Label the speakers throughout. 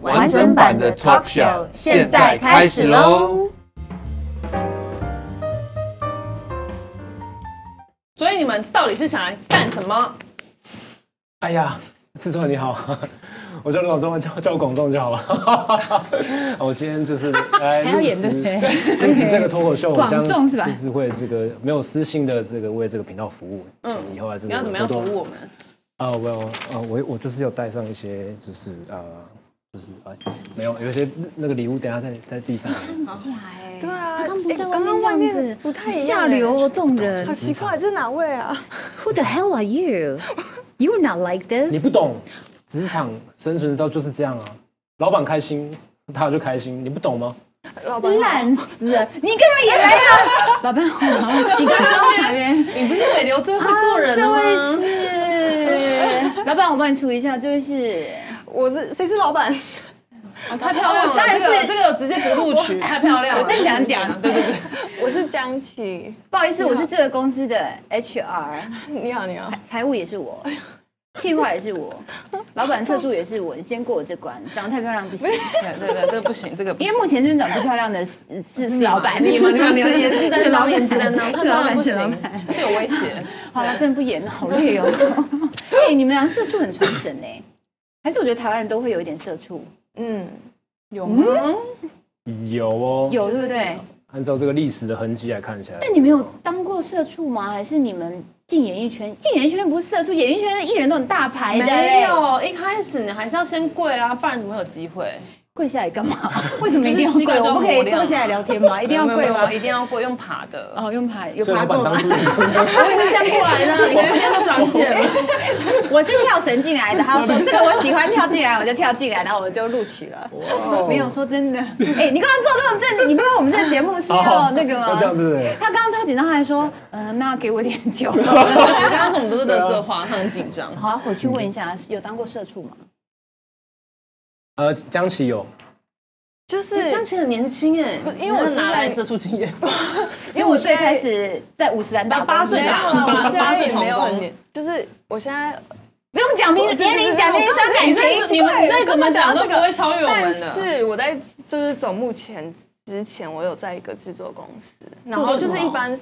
Speaker 1: 完整版的 talk show 现在开始喽！所以你们到底是想来干什么？
Speaker 2: 哎呀，志聪你好， 我叫刘广忠，叫叫我广仲就好了。 我今天就是哎来
Speaker 1: 还要演
Speaker 2: 入职
Speaker 1: 对
Speaker 2: 入职这个脱 口秀，我
Speaker 3: 广仲是吧
Speaker 2: 就是会这个没有私心的这个为这个频道服务。嗯，以后来这个
Speaker 1: 你要怎么样服
Speaker 2: 多多
Speaker 1: 务我们？
Speaker 2: 啊、我有呃，我我就是有带上一些，就是呃，就是哎，没有，有些那那个礼物，等一下在在地 上。
Speaker 4: 对啊，
Speaker 3: 他刚不是在
Speaker 4: 哎
Speaker 3: 外面这样子，
Speaker 4: 不太一样哎
Speaker 3: 下流哦，这种人
Speaker 4: 好奇怪，这哪位啊？
Speaker 3: ，Who the hell are you? You are not like
Speaker 2: 你不
Speaker 3: this。
Speaker 2: 懂，职场生存之道就是这样啊，老板开心，大家就开心，你不懂吗？
Speaker 4: 老板
Speaker 3: 烂死了！你干嘛也来
Speaker 4: 啊
Speaker 3: 了？老板好，你刚刚旁边，
Speaker 1: 你不是尾流最会做人
Speaker 3: 这
Speaker 1: 了
Speaker 3: 位
Speaker 1: 吗？
Speaker 3: 是老板，我帮你处理一下，这位是
Speaker 4: 我是谁是老板？
Speaker 1: 哦太漂亮了，
Speaker 3: 但
Speaker 1: 这
Speaker 3: 是
Speaker 1: 个这个直接不录取，太漂亮了。
Speaker 3: 我正想讲
Speaker 1: 对对对，
Speaker 4: 我是江琪。
Speaker 3: 不好意思，我是这个公司的 HR，
Speaker 4: 你好，你好。
Speaker 3: 财务也是我，计划也是我， 老板特助也是我。你先过我这关，长得太漂亮不行。
Speaker 1: 对对对，这个不行，这个不
Speaker 3: 因
Speaker 1: 行
Speaker 3: 为目前就是长最漂亮的是是是老板，
Speaker 1: 你们你们你们颜值担当，
Speaker 3: 是
Speaker 1: 颜值担当，太
Speaker 3: 是
Speaker 1: 漂
Speaker 3: 老
Speaker 1: 亮
Speaker 3: 板
Speaker 1: 不
Speaker 3: 是老
Speaker 1: 行
Speaker 3: 板。，
Speaker 1: 这有威胁。
Speaker 3: 好了，真的不演了，好累 哦。哎、你们俩社畜很传神哎、还是我觉得台湾人都会有一点社畜，
Speaker 4: 嗯，
Speaker 1: 有吗？
Speaker 2: 有哦，
Speaker 3: 有对不对？
Speaker 2: 按照这个历史的痕迹来看起来。
Speaker 3: 但你们有当过社畜吗？还是你们进演艺圈？进演艺圈不是社畜，演艺圈的艺人都很大牌的、
Speaker 1: 没
Speaker 3: 欸。
Speaker 1: 有，一开始你还是要先跪啊，不然怎么会有机会？
Speaker 5: 跪下来干嘛？为什么一定要
Speaker 1: 就是膝盖
Speaker 5: 跪？
Speaker 1: 都要
Speaker 5: 我不可以
Speaker 1: 磨亮啊
Speaker 5: 坐下来聊天吗？一定要
Speaker 1: 没
Speaker 5: 跪
Speaker 1: 有没有
Speaker 5: 吗
Speaker 1: 没有？一定要跪，用爬的。
Speaker 5: 哦，用爬有
Speaker 2: 所以
Speaker 5: 爬
Speaker 2: 老板
Speaker 5: 过
Speaker 2: 当
Speaker 5: 吗？
Speaker 2: 初 就是
Speaker 1: 我也是这样过来的，你看今天都长茧了。
Speaker 3: 我是跳绳 进来的，他就说这个我喜欢跳进来，我就跳进来，然后我就录取了。
Speaker 2: 哦
Speaker 3: 没有说真的，哎、你刚刚做这种正，你不知道我们这个 节目是要那个
Speaker 2: 哦要这样
Speaker 3: 吗？
Speaker 2: 子，
Speaker 3: 他刚刚超紧张，他还说，呃，那给我点 酒。
Speaker 1: 我刚刚说我们都是乐色话，他很紧张。
Speaker 3: 好，要回去问一下，有当过社畜吗？
Speaker 2: 呃，江琪有，
Speaker 4: 就是
Speaker 1: 江琪很年轻哎，
Speaker 4: 因为我
Speaker 1: 那
Speaker 4: 是
Speaker 1: 哪来
Speaker 4: 在
Speaker 1: 社畜经验？
Speaker 3: 因为我最开始在五十岚打
Speaker 1: 八八岁
Speaker 4: 没有
Speaker 1: 打
Speaker 4: 啊，我
Speaker 1: 八
Speaker 4: 现
Speaker 1: 八
Speaker 4: 在
Speaker 1: 岁
Speaker 4: 也
Speaker 1: 童
Speaker 4: 没有很
Speaker 1: 工。
Speaker 4: 年，就是我现在，
Speaker 3: 不用讲名字，年龄讲年龄伤感情。
Speaker 1: 你们再怎么讲都不会超越我
Speaker 4: 但
Speaker 1: 们的。
Speaker 4: 是我在就是走幕前之前，我有在一个制作公司，然
Speaker 1: 做
Speaker 4: 后
Speaker 1: 什
Speaker 4: 就
Speaker 1: 么
Speaker 4: 是一般。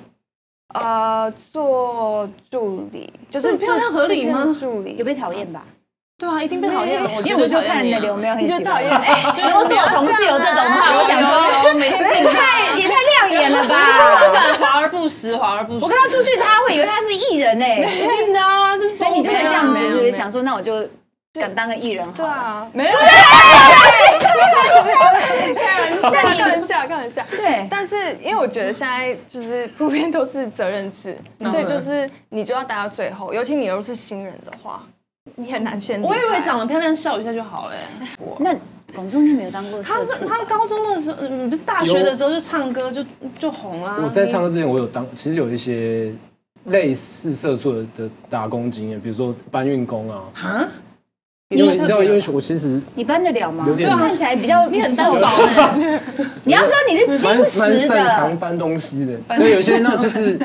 Speaker 4: 呃，做助理就是
Speaker 1: 这么漂亮合理吗
Speaker 4: 制片助理
Speaker 3: 有被讨厌吧？
Speaker 1: 对啊，一定被讨厌了。我
Speaker 3: 因
Speaker 1: 觉
Speaker 3: 为
Speaker 1: 得
Speaker 3: 我就
Speaker 1: 讨厌
Speaker 3: 看你
Speaker 1: 你
Speaker 3: 的
Speaker 1: 啊。
Speaker 3: 流，没有很
Speaker 4: 你
Speaker 3: 喜
Speaker 4: 就
Speaker 3: 欢。
Speaker 4: 讨厌哎，
Speaker 1: 就
Speaker 3: 如果是我同事有这种话，我想说
Speaker 1: 有有有，每天
Speaker 3: 也太也太亮眼了
Speaker 1: 老
Speaker 3: 吧！
Speaker 1: 板华而不实，华而不实。
Speaker 3: 我跟他出去，他会以为他是艺人哎、
Speaker 1: 一定的啊，就是
Speaker 3: 所以你就会这样子，
Speaker 1: 没有
Speaker 3: 就
Speaker 1: 没
Speaker 3: 是
Speaker 1: 有
Speaker 3: 想说，那我就敢当个艺人好
Speaker 4: 对
Speaker 3: 了。
Speaker 4: 啊，没 有，开玩笑，开玩笑，开玩笑。
Speaker 3: 对，
Speaker 4: 但是因为我觉得现在就是普遍都是责任制，
Speaker 6: 嗯
Speaker 4: 所以就是你就要待到最后，尤其你又是新人的话，你很难先离开。
Speaker 1: 我以为长得漂亮笑一下就好了欸。
Speaker 3: 那广仲你没有当过
Speaker 1: 他
Speaker 3: 社
Speaker 1: 是
Speaker 3: 畜？
Speaker 1: 他高中的时候，嗯，不是大学的时候就唱歌就就红啦。
Speaker 2: 我在唱歌之前，我有当，其实有一些类似社畜的的打工经验，比如说搬运工啊。啊？因为你知道，因为我其实
Speaker 3: 你搬得了吗？
Speaker 2: 有点
Speaker 3: 对啊看起来比较
Speaker 1: 你很担
Speaker 3: 瘦
Speaker 1: 保哎，
Speaker 3: 你要说你是
Speaker 2: 蛮
Speaker 3: 金
Speaker 2: 蛮
Speaker 3: 石
Speaker 2: 擅
Speaker 3: 的
Speaker 2: 长，搬东西的，对，有些那种就是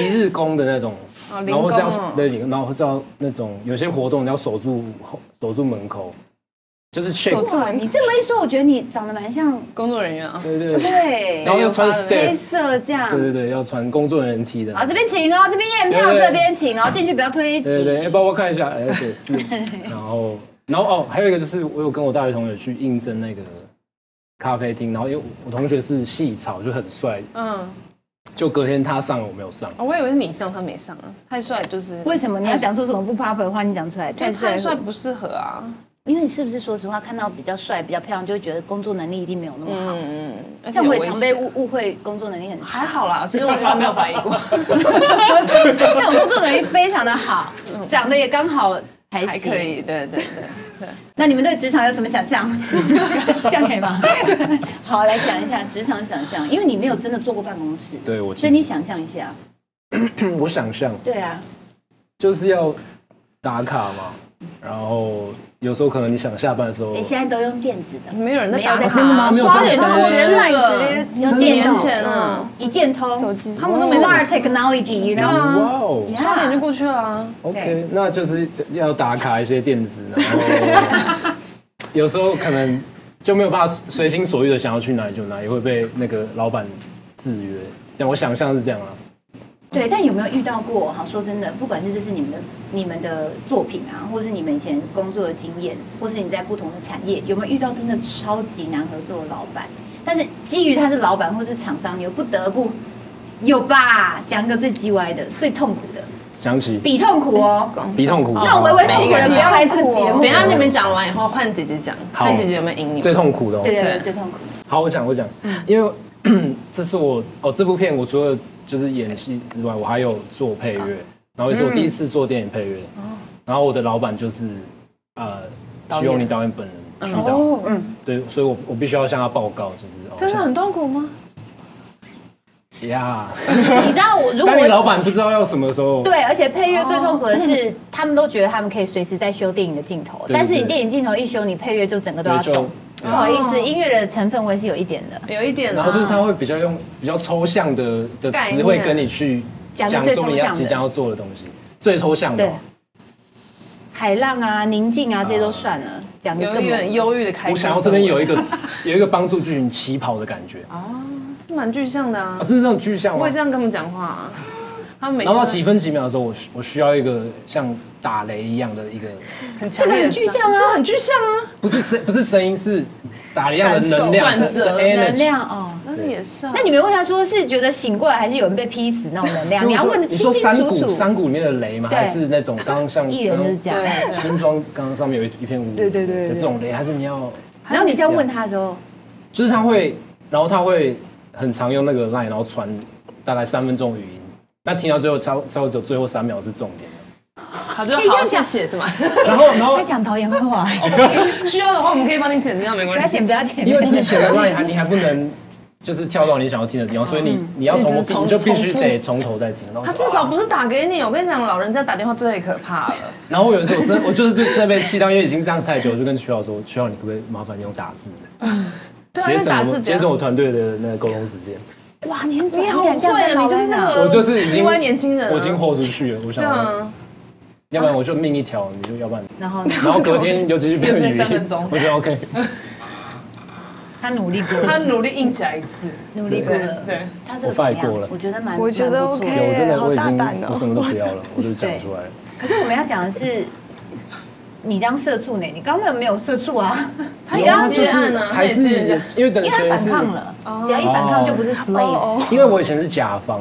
Speaker 2: 一日工的那种，然后是
Speaker 1: 零工
Speaker 2: 要
Speaker 1: 哦
Speaker 2: 对零，然后是要那种有些活动你要守住后守住门口，就是 check，
Speaker 4: 哇
Speaker 3: 你这么一说，我觉得你长得蛮像
Speaker 1: 工作人员啊，
Speaker 2: 对对，对，
Speaker 3: 对
Speaker 2: 然后要穿
Speaker 1: 有差的
Speaker 3: 黑
Speaker 2: staff，
Speaker 3: 色这样
Speaker 2: 对。对对，要穿工作人员 T 的，
Speaker 3: 好，这边请哦，这边验票，
Speaker 2: 对对对
Speaker 3: 这边请哦，进去不要
Speaker 2: 对
Speaker 3: 推
Speaker 2: 对
Speaker 3: 挤。
Speaker 2: 对，哎，帮我看一下，哎，对，是然后然后哦，还有一个就是我有跟我大学同学去应征那个咖啡厅，然后因为我我同学是细草，就很帅，
Speaker 1: 嗯，
Speaker 2: 就隔天他上了我没有上，
Speaker 1: 哦我以为是你上，他没上啊，太帅就是
Speaker 5: 为什么你要讲出什么不 proper 的话？你讲出来，
Speaker 1: 太
Speaker 5: 太帅
Speaker 1: 帅太帅
Speaker 5: 了。
Speaker 1: 不适合啊，
Speaker 3: 因为你是不是说实话，看到比较帅、比较漂亮，就会觉得工作能力一定没有那么好。
Speaker 1: 嗯嗯，
Speaker 3: 像我也常被
Speaker 1: 而且有危险
Speaker 3: 误误会工作能力很
Speaker 1: 还
Speaker 3: 差，
Speaker 1: 好啦，其实我从来没有怀疑过，
Speaker 3: 但我工作能力非常的好，长得也刚好还
Speaker 1: 还
Speaker 3: 行
Speaker 1: 可。以，对对对，
Speaker 3: 那你们对职场有什么想象？
Speaker 5: 这样可以吗？
Speaker 3: 好，来讲一下职场想象，因为你没有真的坐过办公室，
Speaker 2: 对我
Speaker 3: 所以你想象一下，
Speaker 2: 我想象
Speaker 3: 对啊，
Speaker 2: 就是要打卡嘛，然后有时候可能你想下班的时候，
Speaker 3: 哎你现在都用电子的，
Speaker 6: 没有人在打
Speaker 3: 没有
Speaker 6: 卡，
Speaker 3: 在打卡真的吗
Speaker 2: 没有
Speaker 6: 刷脸
Speaker 2: 真
Speaker 1: 啊
Speaker 2: 的
Speaker 6: 过去了
Speaker 4: 对，
Speaker 3: 用
Speaker 6: 几
Speaker 3: 电
Speaker 6: 年
Speaker 3: 脑，
Speaker 6: 前啊，
Speaker 3: 一键通，
Speaker 4: 手机
Speaker 3: 他们都没 smart technology，you
Speaker 2: 哇
Speaker 3: know，
Speaker 2: 哦
Speaker 3: Yeah
Speaker 6: 刷脸就过去了啊。
Speaker 2: ，OK，那就是要打卡一些电子，然 后有时候可能就没有办法随心所欲的想要去哪里就哪里，会被那个老板制约。但我想象是这样啊，
Speaker 3: 对，但有没有遇到过？哈，说真的，不管是这是你们的你们的作品啊，或是你们以前工作的经验，或是你在不同的产业，有没有遇到真的超级难合作的老板？但是基于他是老板或是厂商，你又不得不有吧？讲一个最叽歪的、最痛苦的，
Speaker 2: 想起
Speaker 3: 比痛苦哦。
Speaker 2: 比痛苦，
Speaker 3: 那我微微痛苦的不要来这个节目。
Speaker 6: 等一下你们讲完以后，换姐姐讲，
Speaker 2: 好
Speaker 6: 看姐姐有没有赢你
Speaker 2: 最。痛苦的、哦，
Speaker 3: 对对对，最痛苦。
Speaker 2: 好，我讲我讲，因为 这是我哦，这部片我除了就是演戏之外，我还有做配乐，然后也是我第一次做电影配乐，然后我的老板就是呃徐永林导演本人徐导，
Speaker 6: 哦，嗯，
Speaker 2: 对，所以我我必须要向他报告，就是哦
Speaker 6: 真的很痛苦吗？
Speaker 2: 像呀，
Speaker 3: 你知道我如果
Speaker 2: 但你老板不知道要什么时候，
Speaker 3: 对，而且配乐最痛苦的是，他们都觉得他们可以随时在修电影的镜头，
Speaker 2: 哦对
Speaker 3: 但是你
Speaker 2: 对
Speaker 3: 电影镜头一修，你配乐就整个都要
Speaker 2: 对，哎
Speaker 3: 动
Speaker 2: 就。
Speaker 3: 不好意思，音乐的成分我也是有一点的。
Speaker 6: 有一点
Speaker 2: 然后
Speaker 6: 啊
Speaker 2: 就是他会比较用比较抽象的的
Speaker 6: 概
Speaker 2: 词
Speaker 6: 念
Speaker 2: 汇跟你去
Speaker 3: 讲
Speaker 2: 讲
Speaker 3: 个最
Speaker 2: 说你
Speaker 3: 抽
Speaker 2: 要
Speaker 3: 象的
Speaker 2: 即将要做的东西，最抽象的
Speaker 3: 对
Speaker 2: 哦。
Speaker 3: 海浪啊、宁静啊，这些都算了，讲个
Speaker 6: 有一
Speaker 3: 更猛
Speaker 6: 点忧郁的开心。
Speaker 2: 我想要这边有一个有一个帮助剧情起跑的感觉啊，
Speaker 6: 啊，是蛮具象的啊。
Speaker 2: 这是这种具象
Speaker 6: 我
Speaker 2: 吗
Speaker 6: 也？这样跟他们讲话啊，他们每
Speaker 2: 然后到
Speaker 6: 天
Speaker 2: 几分几秒的时候，我需我需要一个像打雷一样的一个，
Speaker 6: 很强烈的
Speaker 3: 这个很具象啊
Speaker 6: 这很具象啊。
Speaker 2: 不是声不是声音，是打雷一样的能量
Speaker 6: 转
Speaker 2: 的
Speaker 6: 折
Speaker 2: 的
Speaker 3: 能
Speaker 2: energy。
Speaker 3: 量哦。
Speaker 6: 那
Speaker 2: 对
Speaker 6: 也是啊。
Speaker 3: 那你没问他说是觉得醒过来，还是有人被劈死那种能量？
Speaker 2: 所
Speaker 3: 你
Speaker 2: 以
Speaker 3: 要
Speaker 2: 我说
Speaker 3: 问得
Speaker 2: 你
Speaker 3: 清
Speaker 2: 说山
Speaker 3: 清楚
Speaker 2: 谷
Speaker 3: 楚。
Speaker 2: 山谷里面的雷吗？
Speaker 3: 对
Speaker 2: 还是那种刚刚像
Speaker 3: 艺人就是这样。
Speaker 6: 对
Speaker 2: 刚新庄刚刚上面有一一片雾，
Speaker 3: 对对对对
Speaker 2: 的这种雷，还是你要，
Speaker 3: 然后你这样问他的时候，
Speaker 2: 就是他会，然后他会很常用那个 line，然后传大概三分钟语音，那听到最后超超只有最后三秒是重点的，
Speaker 6: 好就好谢谢是吗？
Speaker 2: 然后然后
Speaker 5: 在讲导演坏话，
Speaker 6: 需要的话我们可以帮你剪掉，没
Speaker 5: 不要
Speaker 6: 关系。
Speaker 5: 剪，不要剪。
Speaker 2: 因为之前的 line 还你还不能就是跳到你想要听的地方，所以你你要
Speaker 6: 你
Speaker 2: 从
Speaker 6: 只是
Speaker 2: 你就必
Speaker 6: 重
Speaker 2: 须
Speaker 6: 重复
Speaker 2: 得从头再听。然后我
Speaker 6: 他
Speaker 2: 说
Speaker 6: 至少
Speaker 2: 啊
Speaker 6: 不是打给你，我跟你讲，老人家打电话最可怕了。
Speaker 2: 然后我有一次我 真我就是真的被气到，因为已经这样太久，我就跟徐老说，徐老你可不可以麻烦你用打字的，
Speaker 6: 对啊，
Speaker 2: 节
Speaker 6: 因为打
Speaker 2: 省我
Speaker 6: 字
Speaker 2: 们
Speaker 6: 比
Speaker 2: 节
Speaker 6: 较
Speaker 2: 省我团队的那个沟通时间。
Speaker 3: 哇，你很
Speaker 6: 你好
Speaker 3: 你敢这样
Speaker 6: 会
Speaker 3: 跟
Speaker 6: 啊，
Speaker 3: 老
Speaker 6: 你就是那个
Speaker 2: 我
Speaker 3: 板讲
Speaker 2: 就是已
Speaker 6: 一
Speaker 2: 经
Speaker 6: 万年轻人啊，
Speaker 2: 我已经豁出去了，我想
Speaker 6: 对
Speaker 2: 要，
Speaker 6: 啊，
Speaker 2: 要不然我就命一条，你就要不然，
Speaker 5: 然后
Speaker 2: 然后隔天又继续变
Speaker 6: 又
Speaker 2: 语
Speaker 6: 变
Speaker 2: 音
Speaker 6: 三分钟，
Speaker 2: 我觉得 OK。
Speaker 5: 他努力过，
Speaker 6: 嗯他努力硬起来一次，
Speaker 3: 努力过了，
Speaker 6: 对，
Speaker 3: 他这个
Speaker 2: 我发
Speaker 3: 怎
Speaker 2: 也
Speaker 3: 么样
Speaker 2: 过了
Speaker 3: 我觉得蛮，
Speaker 4: 我觉得
Speaker 3: 蛮不错的
Speaker 4: OK
Speaker 2: 有我真的
Speaker 4: 好
Speaker 2: 我已
Speaker 4: 大
Speaker 2: 经
Speaker 4: 胆哦
Speaker 2: 我什么都不要了，我就讲出来了。
Speaker 3: 可是我们要讲的是，你这样社畜呢？你刚刚没有社畜啊，
Speaker 6: 他
Speaker 2: 有
Speaker 6: 也要
Speaker 2: 啊
Speaker 6: 接案啊，
Speaker 2: 还是
Speaker 6: 他也接案
Speaker 2: 因为等
Speaker 5: 因为他
Speaker 2: 等于
Speaker 5: 反
Speaker 2: 是
Speaker 5: 抗了，
Speaker 4: 哦
Speaker 3: 只要一反抗就不是 slave。
Speaker 2: 因为我以前是甲方，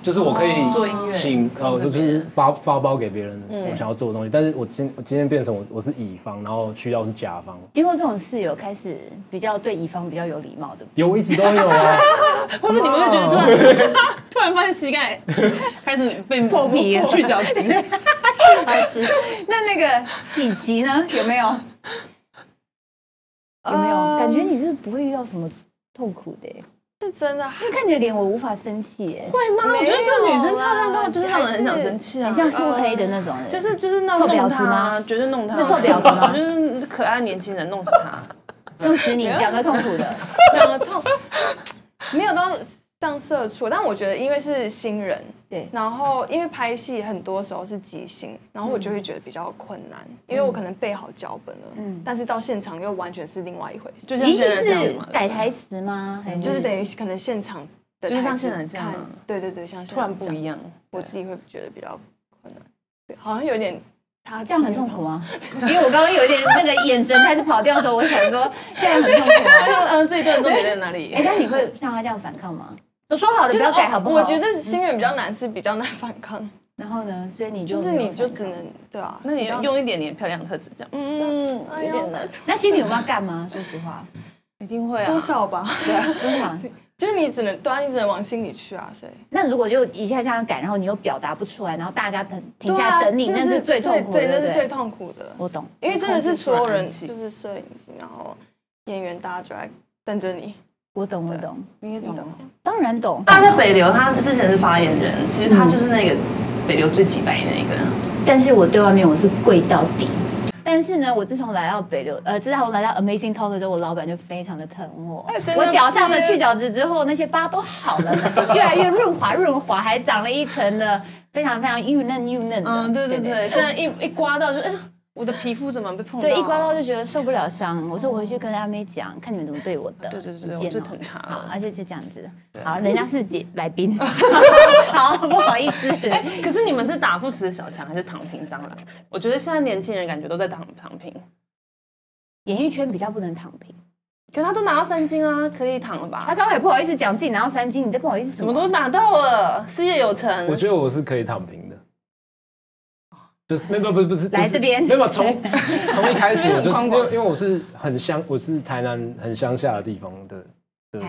Speaker 2: 就是我可以
Speaker 6: 做音乐
Speaker 2: 请
Speaker 6: 控
Speaker 2: 呃，
Speaker 6: 制
Speaker 2: 就
Speaker 6: 别
Speaker 2: 是
Speaker 6: 人
Speaker 2: 发发包给别人
Speaker 3: 嗯
Speaker 2: 我想要做的东西，但是我今我今天变成我我是乙方，然后渠道是甲方，
Speaker 3: 经过这种事，有开始比较对乙方比较有礼貌的。
Speaker 2: 有我一直都有 啊，
Speaker 6: 或者你们会觉得突然 突然发现膝盖开始被破皮去角质，
Speaker 3: 那那个启奇呢？ 有没有？
Speaker 4: 呃
Speaker 3: 有没有？感觉你是不会遇到什么痛苦的耶，
Speaker 4: 是真的，
Speaker 3: 因为看你的脸，我无法生气耶，
Speaker 6: 会吗？我觉得这女生漂亮到就是让人很
Speaker 4: 还
Speaker 6: 想
Speaker 4: 是
Speaker 6: 生气啊，
Speaker 7: 很像腹黑的那种人，
Speaker 6: 就是就是弄
Speaker 7: 臭婊
Speaker 6: 弄
Speaker 7: 子
Speaker 6: 他啊，绝对弄他，
Speaker 7: 是臭婊子吗
Speaker 6: 就是可爱年轻人弄死他。
Speaker 3: 弄死你，讲个痛苦的。
Speaker 4: 讲的痛，没有到上社畜，但我觉得因为是新人，
Speaker 3: 对
Speaker 4: 然后因为拍戏很多时候是即兴，然后我就会觉得比较困难，
Speaker 6: 嗯
Speaker 4: 因为我可能背好脚本了，但是到现场又完全是另外一回事，
Speaker 6: 就
Speaker 4: 就是
Speaker 6: 像
Speaker 3: 即兴
Speaker 6: 现在这
Speaker 3: 是
Speaker 6: 样嘛，
Speaker 3: 改台词吗？还
Speaker 4: 就是等于可能现场的
Speaker 6: 就是像
Speaker 4: 台词
Speaker 6: 现在这样啊
Speaker 4: 看对对对，像现
Speaker 6: 突
Speaker 4: 在
Speaker 6: 然不一
Speaker 4: 样，
Speaker 6: 样。
Speaker 4: 我自己会觉得比较困难，对好像有点他
Speaker 3: 这样很痛苦吗？因为我刚刚有点那个眼神开始跑掉的时候，我想 说这样很痛苦吗
Speaker 6: 他？就嗯，这一段重点在哪里
Speaker 3: 哎、？但你会像他这样反抗吗？我
Speaker 4: 哦
Speaker 3: 说好的，不要改好不好？
Speaker 4: 我觉，得新人比较难，是比较难反抗，
Speaker 3: 然后呢，所以你就
Speaker 4: 就是
Speaker 3: 没有
Speaker 4: 你就
Speaker 3: 反
Speaker 4: 只
Speaker 3: 抗
Speaker 4: 能对 啊，
Speaker 6: 那你
Speaker 4: 就
Speaker 6: 用一点你的漂亮特质，这样
Speaker 4: 嗯，有
Speaker 6: 有点难，
Speaker 3: 那心里有没有干嘛？说实话，
Speaker 6: 一定会啊
Speaker 4: 多。少吧？
Speaker 3: 对啊，真的吗
Speaker 4: 就是你只能对啊，你只能往心里去啊，所以
Speaker 3: 那如果就一下这样改，然后你又表达不出来，然后大家等停
Speaker 4: 对
Speaker 3: 下
Speaker 4: 啊
Speaker 3: 来等你，那是最痛苦的。
Speaker 4: 对，那
Speaker 3: 不
Speaker 4: 是最痛苦的。
Speaker 3: 我懂，
Speaker 4: 因为真的是所有人，
Speaker 3: 控制不了
Speaker 4: 就是摄影师，然后演员，大家就在等着你。
Speaker 3: 我懂，我懂，
Speaker 6: 你也懂
Speaker 4: 啊
Speaker 6: 吗？
Speaker 3: 当然懂。
Speaker 1: 他在北流，他之前是发言人，其实他就是那个北流最几百的那个人。
Speaker 3: 但是我对外面我是跪到底。但是呢，我自从来到北流，呃，自从我来到 Amazing Talk 之后，我老板就非常的疼我。
Speaker 4: 哎真的
Speaker 3: 我脚上的去角质之后，那些疤都好了，越来越润滑润滑，还长了一层的非常非常幼嫩幼嫩的。
Speaker 6: 嗯，对对对，现在一一刮到就，哎呀，我的皮肤怎么被碰到？
Speaker 3: 对，一刮到就觉得受不了伤。我说我回去跟阿妹讲，看你们怎么对我的。
Speaker 6: 对对对对
Speaker 3: 意见哦
Speaker 6: 我最疼她了
Speaker 3: 好而且就这样子。好，人家是姐来宾。好，不好意思。
Speaker 1: 哎可是你们是打不死的小强，还是躺平蟑螂？我觉得现在年轻人感觉都在躺躺平，
Speaker 3: 演艺圈比较不能躺平。
Speaker 1: 可是他都拿到三金啊，可以躺了
Speaker 3: 他
Speaker 1: 吧？
Speaker 3: 刚才也不好意思讲自己拿到三金，你这不好意思
Speaker 1: 什么都拿到了，事业有成。
Speaker 2: 我觉得我是可以躺平的，就是没有不是不是
Speaker 3: 来这边
Speaker 2: 不是没有从从一 开始我
Speaker 1: 这边很
Speaker 2: 就是
Speaker 1: 宽
Speaker 2: 因
Speaker 1: 广
Speaker 2: 为因为我是很乡，我是台南很乡下的地方的
Speaker 3: 孩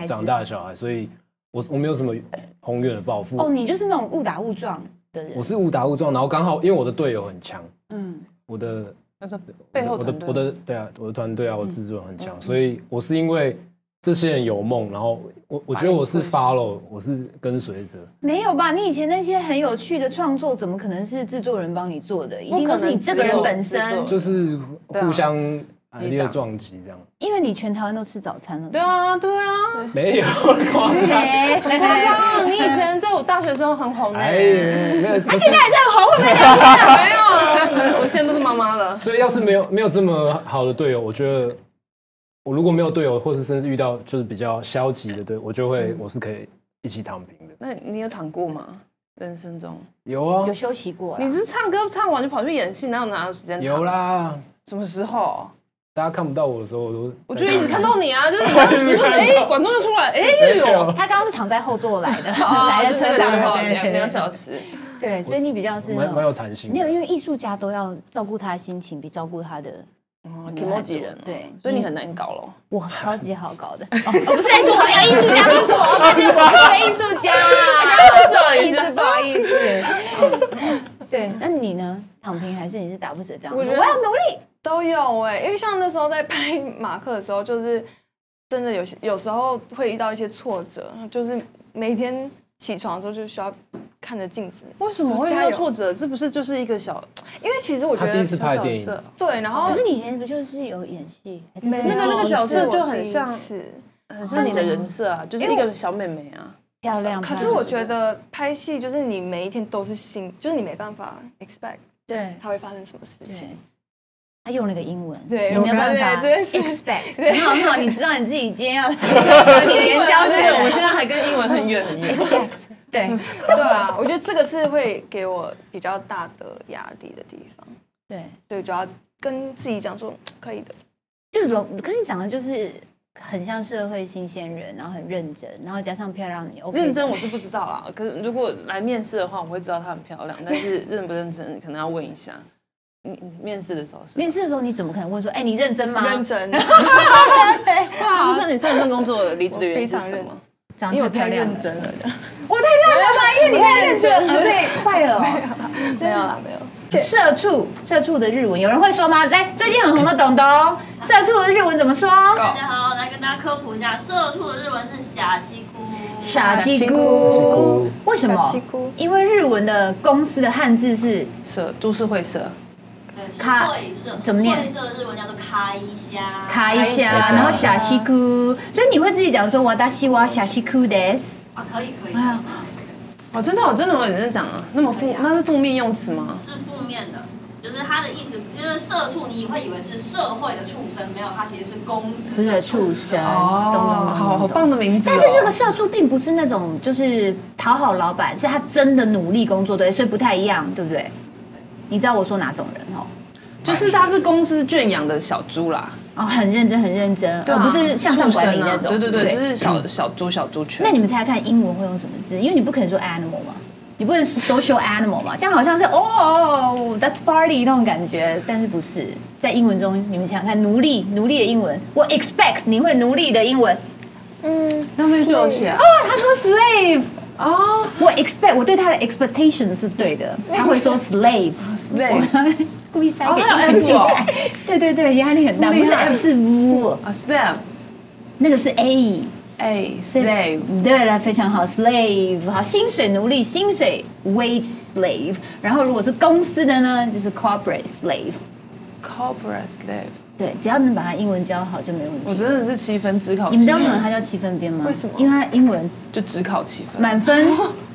Speaker 2: 的
Speaker 3: 子
Speaker 2: 长大的小孩，所以我我没有什么宏远的抱负。
Speaker 3: 哦，你就是那种误打误撞的人。
Speaker 2: 我是误打误撞，然后刚好因为我的队友很强，
Speaker 3: 嗯，
Speaker 2: 我的
Speaker 1: 他说背后
Speaker 2: 我的
Speaker 1: 团队嗯
Speaker 2: 我的对啊，我的团队啊，我自尊很强，所以我是因为这些人有梦，然后我我觉得我是 follow，我是跟随者，
Speaker 3: 没有吧？你以前那些很有趣的创作，怎么可能是制作人帮你做的？一定都是你这个人本
Speaker 1: 只有
Speaker 3: 身
Speaker 1: 制，作
Speaker 2: 就是
Speaker 1: 对啊
Speaker 2: 互相呃
Speaker 1: 击
Speaker 2: 烈
Speaker 1: 打
Speaker 2: 撞击 这样。
Speaker 3: 因为你全台湾都吃早餐了。
Speaker 1: 对啊，对啊，
Speaker 2: 没有夸张，
Speaker 3: 哎，
Speaker 1: 夸张！你以前在我大学时候很红哎
Speaker 2: 哎，，没有。
Speaker 3: 现在还在红，会不会
Speaker 1: 没有，我现在都是妈妈了。
Speaker 2: 所以要是没有没有这么好的队友，我觉得我如果没有队友，或是甚至遇到就是比较消极的队友，我就
Speaker 1: 嗯
Speaker 2: 会我是可以一起躺平的。
Speaker 1: 那你有躺过吗？人生中，
Speaker 2: 有啊
Speaker 3: 有，休息过啦？
Speaker 1: 你是唱歌唱完就跑去演戏，哪有哪有时间？
Speaker 2: 有，啦，
Speaker 1: 什么时候？
Speaker 2: 大家看不到我的时候，我都
Speaker 1: 我就一直看到你啊，就是你要时不时哎，管仲就出来，哎 又有，
Speaker 3: 他刚刚是哦躺在后座来的，
Speaker 1: 啊，
Speaker 3: 来的
Speaker 1: 就是
Speaker 3: 车
Speaker 1: 那
Speaker 3: 上
Speaker 1: 个时候
Speaker 3: 对
Speaker 1: 两
Speaker 3: 对
Speaker 1: 两小时，
Speaker 3: 对，所以你比较是那
Speaker 2: 蛮蛮有
Speaker 3: 种
Speaker 2: 弹性的。
Speaker 3: 没有，因为艺术家都要照顾他的心情，比照顾他的
Speaker 1: 哦，挺多几人，
Speaker 3: 对
Speaker 1: 哦所以你很难搞喽。
Speaker 3: 我超级好搞的。哦，我不是在说我要艺术家，不是我要在那我是艺术家，
Speaker 1: 好笑一
Speaker 3: 意
Speaker 1: 下
Speaker 3: 思，不好意思。 对，那你呢？躺平还是你是打不死的蟑螂？
Speaker 4: 我觉得
Speaker 3: 要努力。
Speaker 4: 都有哎、因为像那时候在拍 马克的时候，就是真的有些有时候会遇到一些挫折，就是每天起床的时候就需要看着镜子，
Speaker 1: 为什么会遇
Speaker 4: 加
Speaker 1: 到
Speaker 4: 油
Speaker 1: 挫折？这不是就是一个小
Speaker 4: 因为其实我觉
Speaker 2: 他
Speaker 4: 得
Speaker 2: 第一次拍
Speaker 1: 角
Speaker 2: 电影，
Speaker 1: 色？
Speaker 4: 对，然后
Speaker 3: 可是你以前不就是有演戏？还是
Speaker 4: 没有
Speaker 1: 那个那个角色就
Speaker 4: 是我
Speaker 1: 很
Speaker 4: 第一
Speaker 1: 像嗯
Speaker 4: 次
Speaker 1: 很像你的人设啊，就是一个小妹妹啊。
Speaker 3: 漂亮。
Speaker 4: 可是我觉得拍戏就是你每一天都是新，就是你没办法 expect
Speaker 3: 对
Speaker 4: 它会发生什么事
Speaker 3: 对
Speaker 4: 情。，
Speaker 3: 他用了个英文，
Speaker 4: 对
Speaker 3: 你没有办
Speaker 4: 我
Speaker 3: 法
Speaker 4: 刚才 对这个是
Speaker 3: expect。很好很好，你知道你自己今天 要语 言教
Speaker 1: 对，啊我们
Speaker 3: 学
Speaker 1: 现在还跟英文很远很远。
Speaker 3: expect。对
Speaker 4: 对啊，我觉得这个是会给我比较大的压力的地方，
Speaker 3: 对，
Speaker 4: 所以就要跟自己讲说可以的。
Speaker 3: 就是容，可是你长得就是很像社会新鲜人，然后很认真，然后加上漂亮，你 OK 的
Speaker 1: 认真我是不知道啦，可是如果来面试的话，我会知道她很漂亮，但是认不认真可能要问一下。你你面试的时候是
Speaker 3: 面试的时候你怎么可能问说，哎、你认真吗？
Speaker 1: 啊
Speaker 4: 认 真，
Speaker 1: 那不是你上一份工作离职的原因是
Speaker 4: 我非常
Speaker 1: 什
Speaker 4: 认
Speaker 1: 么？
Speaker 3: 长
Speaker 4: 因为
Speaker 3: 得
Speaker 4: 我太
Speaker 3: 太漂亮
Speaker 4: 认
Speaker 3: 了，
Speaker 4: 真了。
Speaker 3: 我太认真了，因为你太认真了，对，坏了哦、
Speaker 4: 没有啦，没有。
Speaker 3: 社畜，社畜的日文有人会说吗？来，最近很红的董董，社畜的日文怎么说？
Speaker 8: 大家好，来跟大家科普一下，社畜的日文是傻鸡姑。
Speaker 3: 傻鸡
Speaker 1: 傻鸡
Speaker 3: 姑
Speaker 2: 姑，
Speaker 3: 为什
Speaker 4: 傻
Speaker 3: 么
Speaker 4: 鸡姑？
Speaker 3: 因为日文的公司的汉字是
Speaker 1: 社株式会社，
Speaker 8: 对，是
Speaker 3: 咖
Speaker 8: 会社，
Speaker 3: 怎么念
Speaker 8: 会社的日文叫做咖一虾。
Speaker 3: 卡一下，
Speaker 2: 卡一下
Speaker 3: 然后傻西姑，所以你会自己讲说我达西哇傻西姑的。
Speaker 8: 啊，可以可以，
Speaker 3: 哎
Speaker 1: 哦，真的哦，我真的我认真讲啊，那么负那是负面用词吗？
Speaker 8: 是负面的。就是它的意思，就是社畜，你会以为是社会的畜生，没有，它其实是公司
Speaker 3: 是的
Speaker 8: 的
Speaker 3: 畜
Speaker 8: 畜
Speaker 3: 生，
Speaker 8: 生。
Speaker 3: 懂懂懂，
Speaker 1: 哦好好棒的名字哦。
Speaker 3: 但是这个社畜并不是那种就是讨好老板，是他真的努力工作对，所以不太一样，对不对？你知道我说哪种人哦？
Speaker 1: 就是他是公司圈养的小猪啦，
Speaker 3: 哦，很认真，很认真，
Speaker 1: 对
Speaker 3: 而
Speaker 1: 啊
Speaker 3: 不是向上管理
Speaker 1: 畜生
Speaker 3: 那
Speaker 1: 啊
Speaker 3: 种。
Speaker 1: 对对对，
Speaker 3: 不
Speaker 1: 就是小小猪小猪圈。
Speaker 3: 那你们猜猜看英文会用什么字？因为你不可能说 animal 嘛，你不能说 social animal 嘛，这样好像是哦，that's party 那种感觉，但是不是在英文中，你们想想看，奴隶奴隶的英文，我 expect 你会奴隶的英文
Speaker 9: 那边就有写啊，
Speaker 3: 哦，他说 slave。哦，我 expect 我对他的 expectation 是对的，他会说 slave。slave。故意塞一
Speaker 9: 哦还有
Speaker 3: 个
Speaker 9: F
Speaker 3: 进
Speaker 9: 哦
Speaker 3: 来。 对对对，压力很大，
Speaker 9: 厉
Speaker 3: 不是
Speaker 9: 害
Speaker 3: F 是 V，
Speaker 1: 啊，step
Speaker 3: 那个是 A。
Speaker 1: A
Speaker 3: 所以
Speaker 1: slave
Speaker 3: 对了，非常好，slave 好，薪水奴隶，薪水 wage slave。然后如果是公司的呢，就是 corporate slave。
Speaker 1: corporate slave，
Speaker 3: 对，只要能把它英文教好就没问题。
Speaker 1: 我真的是七分只考
Speaker 3: 你们
Speaker 1: 七
Speaker 3: 知道为什么
Speaker 1: 分，
Speaker 3: 它叫七分边吗？
Speaker 4: 为什么
Speaker 3: 因为哦它英文
Speaker 1: 就只考七分，
Speaker 3: 满分。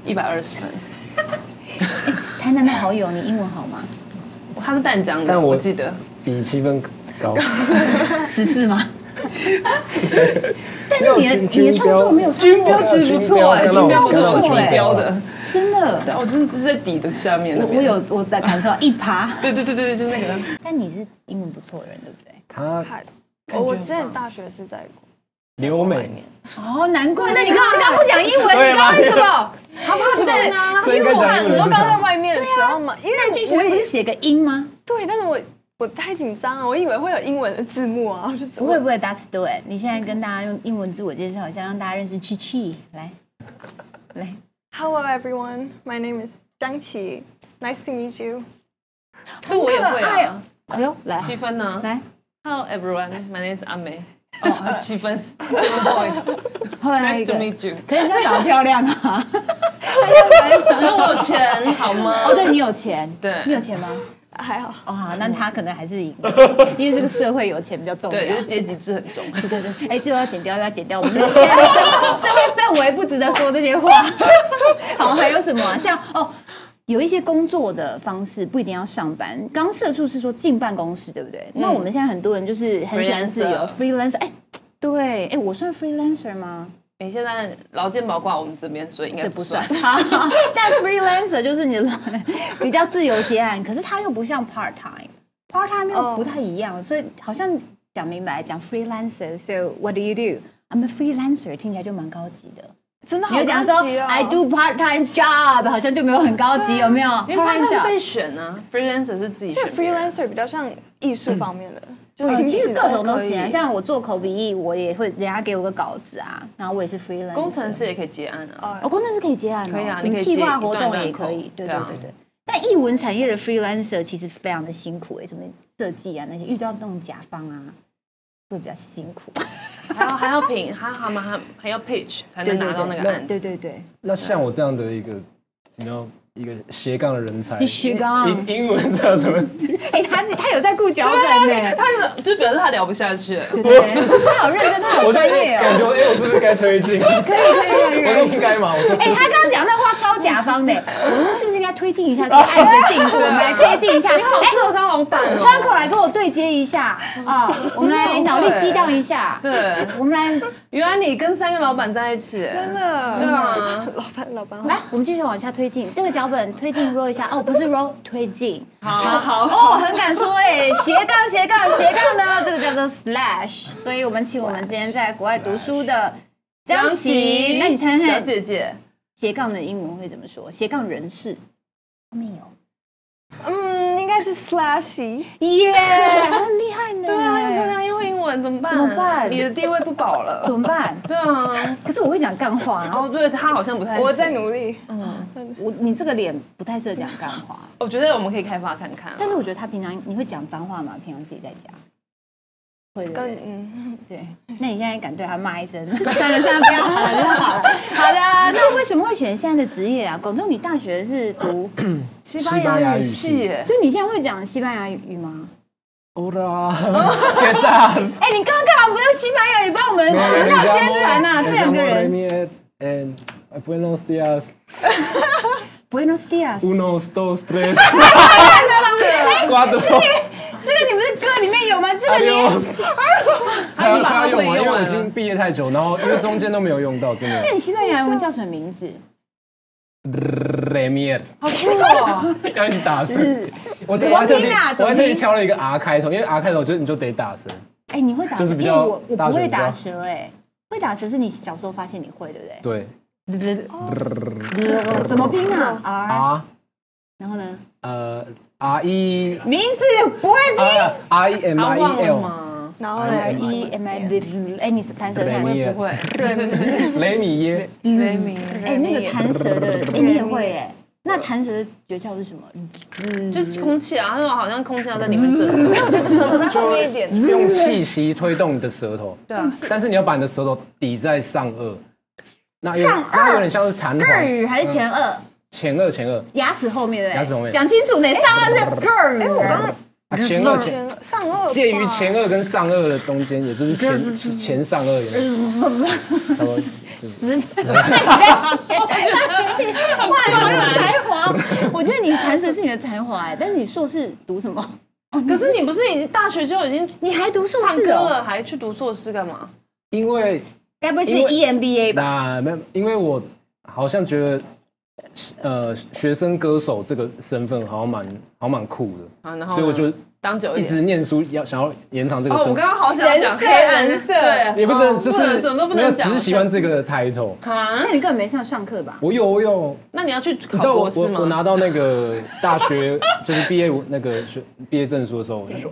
Speaker 1: 一百二十分。
Speaker 3: 台南的好友，你英文好吗？
Speaker 1: 他是淡江的，
Speaker 2: 但我
Speaker 1: 我记得
Speaker 2: 比七分高。
Speaker 3: 十四吗？ 但是你的你的创作没有
Speaker 1: 军标其实不错哎，军
Speaker 2: 军
Speaker 1: 标
Speaker 2: 标
Speaker 1: 我是
Speaker 2: 刚
Speaker 1: 副
Speaker 2: 好
Speaker 1: 军标
Speaker 2: 我
Speaker 1: 的，
Speaker 3: 真的，
Speaker 1: 对，我真的是在底的下面那
Speaker 3: 我
Speaker 1: 边。
Speaker 3: 我有我在感受到一趴。
Speaker 1: 对对对对，对就是那个
Speaker 3: 但你是英文不错的人，对不对？
Speaker 2: 他
Speaker 4: 哦我之前大学是在
Speaker 2: 留美，
Speaker 3: 哦，难怪。那你刚刚不讲英文，你刚刚 为什么？
Speaker 4: 他怕在呢，
Speaker 2: 这应该讲
Speaker 4: 我刚
Speaker 3: 啊
Speaker 4: 在外面的时候嘛，因为
Speaker 3: 那句前面不是写个音吗？
Speaker 4: 对，但是我我太紧张了，我以为会有英文的字幕啊，我 就怎
Speaker 3: 不
Speaker 4: 么
Speaker 3: 会不会，That's do it。你现在跟大家用英文自我介绍一下，让大家认识 Chi Chi。来，来，
Speaker 4: Hello everyone, my name is 张琪，Nice to meet you。
Speaker 1: 这我也会啊，
Speaker 3: 哎呦，来
Speaker 1: 七分呢。
Speaker 3: 来，
Speaker 1: Hello everyone, my name is 阿梅。哦，还有七分，seven point。
Speaker 3: 后来一
Speaker 1: Nice
Speaker 3: 个
Speaker 1: to，meet you。
Speaker 3: 可是人家长得漂亮啊。
Speaker 1: 那我有钱好吗？
Speaker 3: 哦，对你有钱，
Speaker 1: 对
Speaker 3: 你有钱吗？
Speaker 4: 还好，
Speaker 3: 哦，好那他可能还是赢 了，因为这个社会有钱比较重要。
Speaker 1: 对，就是阶级制很重。
Speaker 3: 对对，哎，这个要剪掉，要剪掉。我们这个社会氛围不值得说这些话。好，还有什么啊、像哦，有一些工作的方式不一定要上班。刚社畜是说进办公室，对不对？那我们现在很多人就是很喜欢自由 freelancer。哎，对，哎，我算 freelancer 吗？
Speaker 1: 你现在劳健保挂我们这边，所以应该
Speaker 3: 这
Speaker 1: 不
Speaker 3: 不
Speaker 1: 算
Speaker 3: 算。。 但 freelancer 就是你的 比较自由接案，可是它又不像 part time，part time 又
Speaker 1: 哦
Speaker 3: 不太一样所以好像讲明白讲 freelancer。So what do you do? I'm a freelancer，听起来就蛮高级的。
Speaker 4: 真的好
Speaker 3: 你就讲说
Speaker 4: 高级哦
Speaker 3: I do part time job，好像就没有很高级，有没有
Speaker 1: 啊因为他
Speaker 3: ？part
Speaker 1: 们
Speaker 3: time
Speaker 1: 是
Speaker 3: job
Speaker 1: 被。选啊，freelancer 是自己
Speaker 4: 这
Speaker 1: 选
Speaker 4: 个
Speaker 1: 别人。
Speaker 4: freelancer 比较像艺术方面的，就
Speaker 3: 呃
Speaker 4: 是听
Speaker 3: 其
Speaker 4: 起
Speaker 3: 实
Speaker 4: 来
Speaker 3: 各种
Speaker 4: 都
Speaker 3: 都
Speaker 4: 可以
Speaker 3: 行啊，像我做口笔译，我也会，人家给我个稿子啊，然后我也是 freelancer。
Speaker 1: 工程师也可以接案啊。
Speaker 3: 哦，工程师可以接案、哦，
Speaker 1: 可以啊
Speaker 3: 什么
Speaker 1: 你可以接
Speaker 3: 计划活
Speaker 1: 一段一
Speaker 3: 动
Speaker 1: 段
Speaker 3: 也可以
Speaker 1: 口，
Speaker 3: 对
Speaker 1: 对
Speaker 3: 对
Speaker 1: 啊
Speaker 3: 对对。但艺文产业的 freelancer 其实非常的辛苦哎、什么设计啊那些，遇到那种甲方啊，会比较辛 苦。
Speaker 1: 还要还要评，还还还还还要 pitch 才能拿到那个案子。
Speaker 3: 对对对，
Speaker 2: 那像我这样的一个，你知道一个斜杠的人 才，
Speaker 3: 你斜杠
Speaker 2: 英英文这样怎 么？
Speaker 3: 哎、他他有在顾脚本呢、
Speaker 1: 他是就表示他聊不下去，
Speaker 3: 对对对，他好认真，他好
Speaker 2: 我就
Speaker 3: 专业
Speaker 2: 感
Speaker 3: 哦、
Speaker 2: 觉，哎，我是不是该推进？
Speaker 3: 可以可以可
Speaker 2: 我
Speaker 3: 以可
Speaker 2: 说
Speaker 3: 以。
Speaker 2: 不该嘛，我说
Speaker 3: 哎、他刚刚讲那话超甲方的、欸我们是不是应该推进一下这个案子进 度？我们来推进一下。
Speaker 1: 啊
Speaker 3: 哎
Speaker 1: 你好适合当老板哦。
Speaker 3: 窗口来跟我对接一下啊、我们来脑力激荡一下。
Speaker 1: 对，
Speaker 3: 我们来
Speaker 1: 原来你跟三个老板在一起，真的，对啊，
Speaker 4: 老板老板好，
Speaker 3: 来，我们继续往下推进。这个脚本推进 roll 一下哦，不是 roll，推进。
Speaker 1: 好好，
Speaker 3: 哦，很敢说哎，斜杠斜杠斜杠 呢，这个叫做 slash。所以我们请我们今天在国外读书的江琪，那你猜猜
Speaker 1: 小
Speaker 3: 看
Speaker 1: 姐姐，
Speaker 3: 斜杠的英文会怎么说？斜杠人士。没有，
Speaker 4: 嗯，应该是 slashy，
Speaker 3: 耶，很厉害呢。
Speaker 1: 对啊，又漂亮又会英文，怎么办？
Speaker 3: 怎么办
Speaker 1: 你的地位不保了。
Speaker 3: 怎 么办？
Speaker 1: 对啊，
Speaker 3: 可是我会讲干话，然后
Speaker 1: 哦，对他好像不太行。
Speaker 4: 我在努力，
Speaker 3: 我你这个脸不太适合讲干话，
Speaker 1: 我觉得我们可以开发看看。
Speaker 3: 但是我觉得他平常你会讲脏话吗？平常自己在家会的。
Speaker 4: 跟嗯，
Speaker 3: 对，那你现在敢对他骂一声？ 算了算了，不要好了，不要好了。好的，那为什么会选现在的职业啊？广州，你大学是 读，
Speaker 1: 西
Speaker 2: 西班牙
Speaker 1: 语
Speaker 2: 语
Speaker 1: 系
Speaker 2: 系
Speaker 1: 耶，
Speaker 3: 所以你现在会讲西班牙语吗？
Speaker 2: 欧啦，
Speaker 3: 哦
Speaker 2: 别赞。
Speaker 3: 哎，你刚刚干嘛不用西班牙语帮我们主导宣传呐？这两个人
Speaker 2: And uh, buenos dias,
Speaker 3: ，Buenos dias，
Speaker 2: unos dos tres, cuatro,
Speaker 3: 这个你们的歌里面有吗？这个你，
Speaker 2: adios。还要
Speaker 1: 把它
Speaker 2: 还要用完，
Speaker 1: 会
Speaker 2: 因为
Speaker 1: 用
Speaker 2: 我
Speaker 1: 完
Speaker 2: 已经毕业太久，然后因为中间都没有用到，真的
Speaker 3: 那。你西班牙文叫什么名字？
Speaker 2: Remier，
Speaker 3: 好酷 哦！
Speaker 2: 要一直打字。我
Speaker 3: 怎
Speaker 2: 我
Speaker 3: 么
Speaker 2: 还特地
Speaker 3: 拼啊怎
Speaker 2: 我
Speaker 3: 么
Speaker 2: 还特地
Speaker 3: 拼
Speaker 2: 挑了一个 R 开头，因为 R 开头就你就得打声。
Speaker 3: 哎，你会打
Speaker 2: 就是
Speaker 3: 舌？因
Speaker 2: 比
Speaker 3: 为
Speaker 2: 较
Speaker 3: 我我
Speaker 2: 大
Speaker 3: 不
Speaker 2: 学
Speaker 3: 会
Speaker 2: 比较
Speaker 3: 打舌，哎，会打舌是你小时候发现你会，对不对？
Speaker 2: 对
Speaker 3: 怎么拼啊？R，
Speaker 2: ，R
Speaker 3: 然后呢？
Speaker 2: 呃 R E
Speaker 3: 名字不会拼。
Speaker 2: R R E M
Speaker 1: 他
Speaker 2: I
Speaker 1: 忘
Speaker 2: E
Speaker 1: 了
Speaker 2: L
Speaker 1: 吗？
Speaker 4: 然后
Speaker 3: R
Speaker 4: 嘞
Speaker 3: E M I，哎，你是弹舌
Speaker 2: 雷
Speaker 3: 看，
Speaker 2: 米耶，
Speaker 1: 不会，
Speaker 2: 雷米耶，
Speaker 1: 雷 米
Speaker 3: 哎，那个弹舌的，哎，你也会哎。那弹舌的诀窍是什么？
Speaker 1: 就是空气啊，那种好像空气要在里面震 动，
Speaker 4: 舌头在后面一点，
Speaker 2: 用气息推动你的舌头，
Speaker 1: 对啊，
Speaker 2: 但是你要把你的舌头抵在上颚，那有那有点像是弹簧，
Speaker 3: 语还是前二？
Speaker 2: 前颚前颚，
Speaker 3: 牙齿后面的，
Speaker 2: 牙齿后面
Speaker 3: 讲清楚呢。上颚是 girl，哎，我刚刚
Speaker 2: 啊前颚前。
Speaker 4: 前上颚
Speaker 2: 介于前颚跟上颚的中间，也就是
Speaker 1: 嗯
Speaker 2: 前前上颚有没有，差不多就是
Speaker 3: 哇，好有才华！我觉得你弹舌是你的才华哎，但是你硕士读什么？
Speaker 1: 可是你不是已经大学就已经
Speaker 3: 你还读硕
Speaker 1: 唱
Speaker 3: 士
Speaker 1: 歌
Speaker 3: 哦？
Speaker 1: 了，还去读硕士干嘛？
Speaker 2: 因为
Speaker 3: 该不会是
Speaker 2: 因为
Speaker 3: EMBA 吧？
Speaker 2: 那没有，因为我好像觉得，呃，学生歌手这个身份好像蛮好像蛮酷的，
Speaker 1: 啊，然后
Speaker 2: 所以我就
Speaker 1: 当久
Speaker 2: 一
Speaker 1: 一
Speaker 2: 直
Speaker 1: 点。
Speaker 2: 念书，要想要延长这个
Speaker 1: 哦，我
Speaker 2: 身份。
Speaker 1: 刚刚好想讲黑暗啊
Speaker 4: 人设人设
Speaker 1: 对，
Speaker 2: 也不能
Speaker 1: 哦
Speaker 2: 就
Speaker 1: 不能
Speaker 2: 是
Speaker 1: 什么都不能讲，
Speaker 2: 没有只是喜欢这个 title。
Speaker 1: 啊
Speaker 3: 那。你根本没上上课吧？
Speaker 2: 我有我 有，
Speaker 1: 那你要去考
Speaker 2: 你知道
Speaker 1: 博
Speaker 2: 我
Speaker 1: 士
Speaker 2: 我我
Speaker 1: 吗？
Speaker 2: 拿到那个大学就是毕业那个学毕业证书的时候，我就说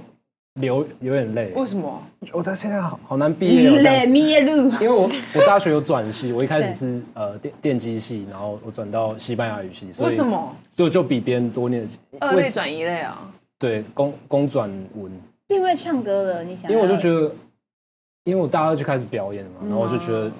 Speaker 2: 流有点累，
Speaker 1: 为什么？
Speaker 2: 我到现在好好难毕
Speaker 1: 嗯
Speaker 2: 业哦。这样
Speaker 3: me l
Speaker 2: 因为我我大学有转 系，我一开始是呃电电机系，然后我转到西班牙语系。所以
Speaker 1: 为什么？
Speaker 2: 所以我就比别人多念几
Speaker 1: 二
Speaker 2: 为
Speaker 1: 类转移类啊？
Speaker 2: 对公公转文，
Speaker 3: 是因为唱歌了，你想？
Speaker 2: 因为我就觉
Speaker 1: 啊
Speaker 2: 得，因为我大二就开始表演了嘛，
Speaker 1: 嗯
Speaker 2: 然后我就觉得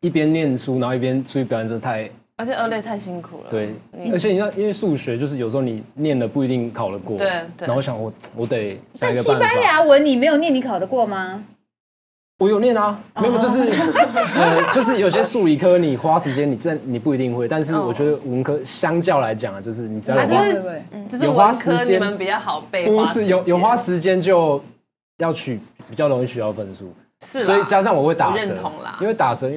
Speaker 2: 一边念书，然后一边出去表演，真的太
Speaker 1: 而且二类太辛苦了。
Speaker 2: 对
Speaker 1: 你。
Speaker 2: 而且你知道，因为数学就是有时候你念了不一定考得过，
Speaker 1: 对对
Speaker 2: 然后我想我我得想一
Speaker 3: 但西
Speaker 2: 个办
Speaker 3: 班
Speaker 2: 法。
Speaker 3: 牙文你没有念，你考得过吗？
Speaker 2: 我有念啊，
Speaker 1: 哦
Speaker 2: 没有，就是 呃，就是有些数理科你花时间，你真的你不一定会，但是我觉得文科相较来讲啊，就是你只要有
Speaker 1: 哦啊就
Speaker 2: 花，
Speaker 1: 是
Speaker 3: 对
Speaker 1: 就是
Speaker 2: 有花
Speaker 1: 文科
Speaker 2: 时间
Speaker 1: 你们比较好背，
Speaker 2: 不是有有花
Speaker 1: 花
Speaker 2: 时间就要取比较容易取到分数，
Speaker 1: 是啦
Speaker 2: 所以加上我会打
Speaker 1: 我
Speaker 2: 舌
Speaker 1: 认同啦，
Speaker 2: 因为打舌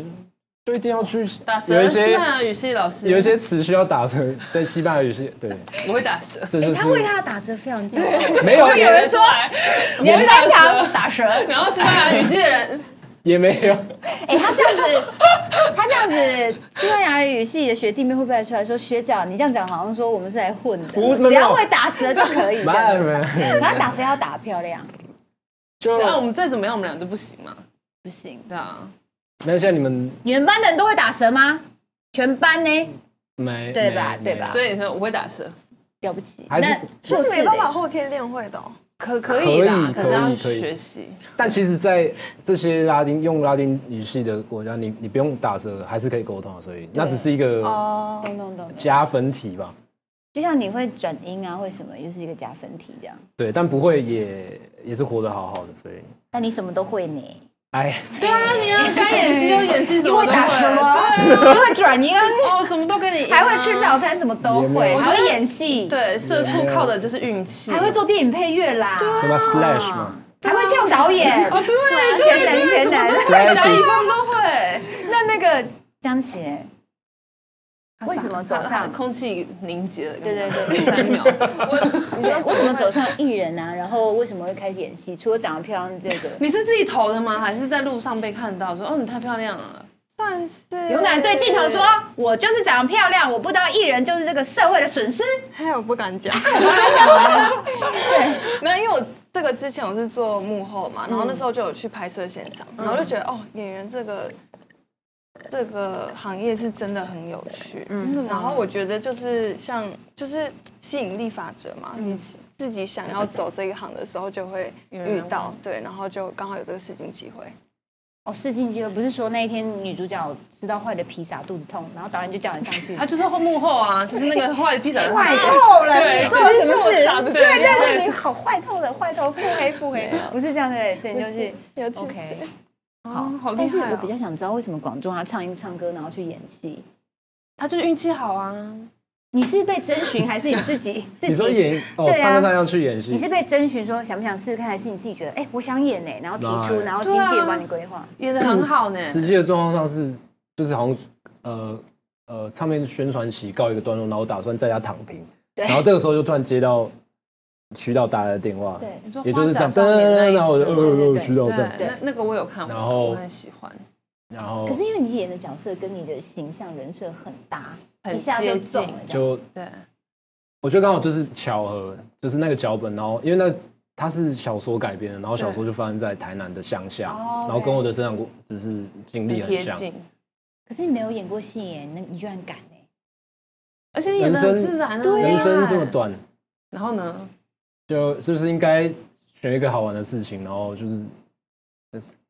Speaker 2: 就一定要去
Speaker 1: 打啊
Speaker 2: 有
Speaker 1: 舌
Speaker 2: 一
Speaker 1: 西
Speaker 2: 些
Speaker 1: 班牙语系老师
Speaker 2: 有一些词需要打舌，对西班牙语是， 对，
Speaker 1: 我哎会打舌，
Speaker 2: 这就
Speaker 3: 他为
Speaker 2: 是
Speaker 3: 他打折非常骄傲，
Speaker 2: 没有
Speaker 1: 有人
Speaker 2: 也
Speaker 1: 出来，你会打舌打舌， 然后西班牙语系的人
Speaker 2: 也 没有，
Speaker 3: 哎，他这样子， 他这样子，西班牙语系的学弟妹会不会出来说学长，你这样讲好像说我们是来混的，
Speaker 2: 不是
Speaker 3: 只要会打折就可以。这
Speaker 2: 没
Speaker 3: 样
Speaker 2: 有没有，
Speaker 3: 然后打折要打得漂亮，
Speaker 2: 就
Speaker 1: 对啊，我们再怎么样，我们俩都不行嘛。
Speaker 3: 不行。
Speaker 1: 对啊，
Speaker 2: 那现在你们
Speaker 3: 你们班的人都会打折吗？全班呢？
Speaker 2: 没
Speaker 3: 对吧
Speaker 2: 没
Speaker 3: 对吧
Speaker 1: 所以你说我会打舌，
Speaker 3: 了不起，
Speaker 2: 还是
Speaker 3: 那硕士
Speaker 4: 没
Speaker 3: 嘞
Speaker 4: 办法后天练会的哦。
Speaker 1: 可可以啦，
Speaker 2: 可
Speaker 1: 可
Speaker 2: 以
Speaker 1: 是要
Speaker 2: 可以
Speaker 1: 学习。
Speaker 2: 但其实，在这些拉丁用拉丁语系的国家，你你不用打折，还是可以沟通啊，所以那只是一个
Speaker 4: 哦，
Speaker 3: 懂懂懂，
Speaker 2: 加分题吧。
Speaker 3: 就像你会转音啊，会什么，又是一个加分题这样。
Speaker 2: 对，但不会也也是活得好好的，所以
Speaker 3: 但你什么都会呢？
Speaker 2: 哎，
Speaker 1: 对啊，你要该演戏就演戏，什么
Speaker 3: 会
Speaker 1: 都
Speaker 3: 打什么
Speaker 1: 对啊，
Speaker 3: 又会转音啊，
Speaker 1: 哦，什么都跟你赢啊
Speaker 3: 还会吃早餐，什么都会，啊
Speaker 1: 我觉
Speaker 3: 还
Speaker 1: 得
Speaker 3: 会演戏，，
Speaker 1: 对，社畜靠的就是运气，啊
Speaker 3: 还会做电影配乐啦，
Speaker 2: 对吧？Slash 嘛
Speaker 3: 还会叫导演，
Speaker 1: 哦，对对
Speaker 3: 全
Speaker 1: 对
Speaker 3: 能
Speaker 1: 对，
Speaker 3: 全
Speaker 2: ，Slash
Speaker 3: 能
Speaker 1: 什么都。会，哪一
Speaker 2: is-
Speaker 1: 方都会。
Speaker 3: 那那个江姐为什么走上？
Speaker 1: 空气凝结了？
Speaker 3: 对对对
Speaker 1: 第三秒，我你说
Speaker 3: 为什么走上艺人啊？然后为什么会开始演戏？除了长得漂亮这个，
Speaker 1: 你是自己投的吗？还是在路上被看到说哦你太漂亮了？
Speaker 4: 算是
Speaker 3: 勇敢对镜头说：“我就是长得漂亮，我不当艺人就是这个社会的损失。
Speaker 4: 哎，我不敢讲。 没有，因为我这个之前我是做幕后嘛，然后那时候就有去拍摄现场，然后就觉得哦，演员这个这个行业是真的很有趣，真的。然后我觉得就是像就是吸引力法则嘛，你自己想要走这一行的时候就会
Speaker 1: 有人
Speaker 4: 遇到
Speaker 1: 会，
Speaker 4: 对，然后就刚好有这个试镜机会。”
Speaker 3: 哦，试镜机会不是说那一天女主角吃到坏的披萨肚子痛，然后导演就叫你上去
Speaker 1: 他就是后幕后啊，就是那个画披萨的
Speaker 3: 坏透了，
Speaker 1: 啊对
Speaker 3: 你做了什么事？对
Speaker 1: 对啊
Speaker 3: 对对，你好坏透了，坏透，腹黑腹黑，不是这样对，所以你就是
Speaker 4: 有趣
Speaker 3: OK。
Speaker 1: 好，好厉
Speaker 3: 但是
Speaker 1: 害
Speaker 3: 我
Speaker 1: 哦
Speaker 3: 比较想知道为什么广众他唱一唱歌，然后去演戏，
Speaker 1: 他就是运气好啊，
Speaker 3: 你是被征询还是你自 己自己？
Speaker 2: 你说演哦，
Speaker 3: 对啊
Speaker 2: 唱上要去演
Speaker 3: 你
Speaker 2: 戏
Speaker 3: 是，被征询说想不想试试看，还是你自己觉得哎、我想演呢、然后提出，
Speaker 2: 对
Speaker 3: 然后
Speaker 1: 啊
Speaker 3: 经纪人帮你规划，
Speaker 1: 演的
Speaker 2: 嗯
Speaker 1: 很好呢。
Speaker 2: 实际的状况上是就是好像呃呃，唱片宣传期告一个段落，然后我打算在家躺平，
Speaker 3: 对
Speaker 2: 然后这个时候就突然接到徐导打来的电话，
Speaker 3: 对
Speaker 1: 你说
Speaker 2: 也就是这
Speaker 1: 花
Speaker 2: 样，
Speaker 1: 甲少年那一
Speaker 2: 然后我就
Speaker 1: 次吗
Speaker 2: 呃呃徐导这样，
Speaker 1: 对，那那个我有看过，
Speaker 2: 然后
Speaker 1: 我很喜欢，
Speaker 2: 然后
Speaker 3: 可是因为你演的角色跟你的形象人设很搭，
Speaker 1: 很
Speaker 3: 一下就中
Speaker 1: 接近
Speaker 3: 了，这
Speaker 2: 就
Speaker 3: 样
Speaker 1: 对，
Speaker 2: 我觉得刚好就是巧合，就是那个脚本，然后因为那它是小说改编的，然后小说就发生在台南的乡下，
Speaker 3: 哦
Speaker 2: 然后跟我的生长过只是经历
Speaker 1: 很
Speaker 2: 很
Speaker 1: 贴
Speaker 2: 像。
Speaker 1: 近，
Speaker 3: 可是你没有演过戏耶，那你居然敢哎！
Speaker 1: 而且演的很自然啊，
Speaker 2: 人生这么短，
Speaker 1: 然后呢？
Speaker 2: 就是不是应该选一个好玩的事情，然后就是，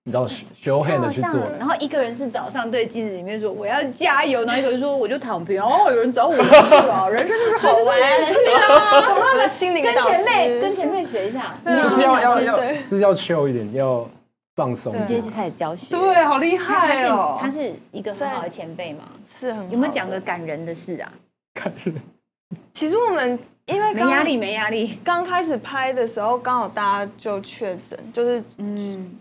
Speaker 2: 你知道
Speaker 1: 哎
Speaker 2: show
Speaker 3: 他
Speaker 2: hand
Speaker 3: 好
Speaker 2: 的去做。
Speaker 3: 像，然后一个人是早上对镜子里面说我要加油，然后一个人说我就躺平，哦，有人找我去啊，人生就是好 玩，
Speaker 4: 懂啊了，我的心灵
Speaker 3: 跟
Speaker 4: 导
Speaker 3: 前
Speaker 4: 师
Speaker 3: 辈跟前辈学一下，
Speaker 2: 就是
Speaker 3: 嗯
Speaker 2: 要要要，
Speaker 4: 对
Speaker 2: 就是要 chill 一点，要放松一
Speaker 3: 直
Speaker 2: 点
Speaker 3: 接。开始教学。
Speaker 4: 对，好厉
Speaker 3: 他他
Speaker 4: 害
Speaker 3: 是
Speaker 4: 哦，
Speaker 3: 他是一个很好的前辈嘛？
Speaker 4: 是很好的
Speaker 3: 有没有讲个？感人的事啊？
Speaker 2: 看人
Speaker 4: 其实我们因为
Speaker 3: 没
Speaker 4: 刚
Speaker 3: 压力，没压力。
Speaker 4: 刚开始拍的时候，刚好大家就确诊，就是
Speaker 3: 嗯，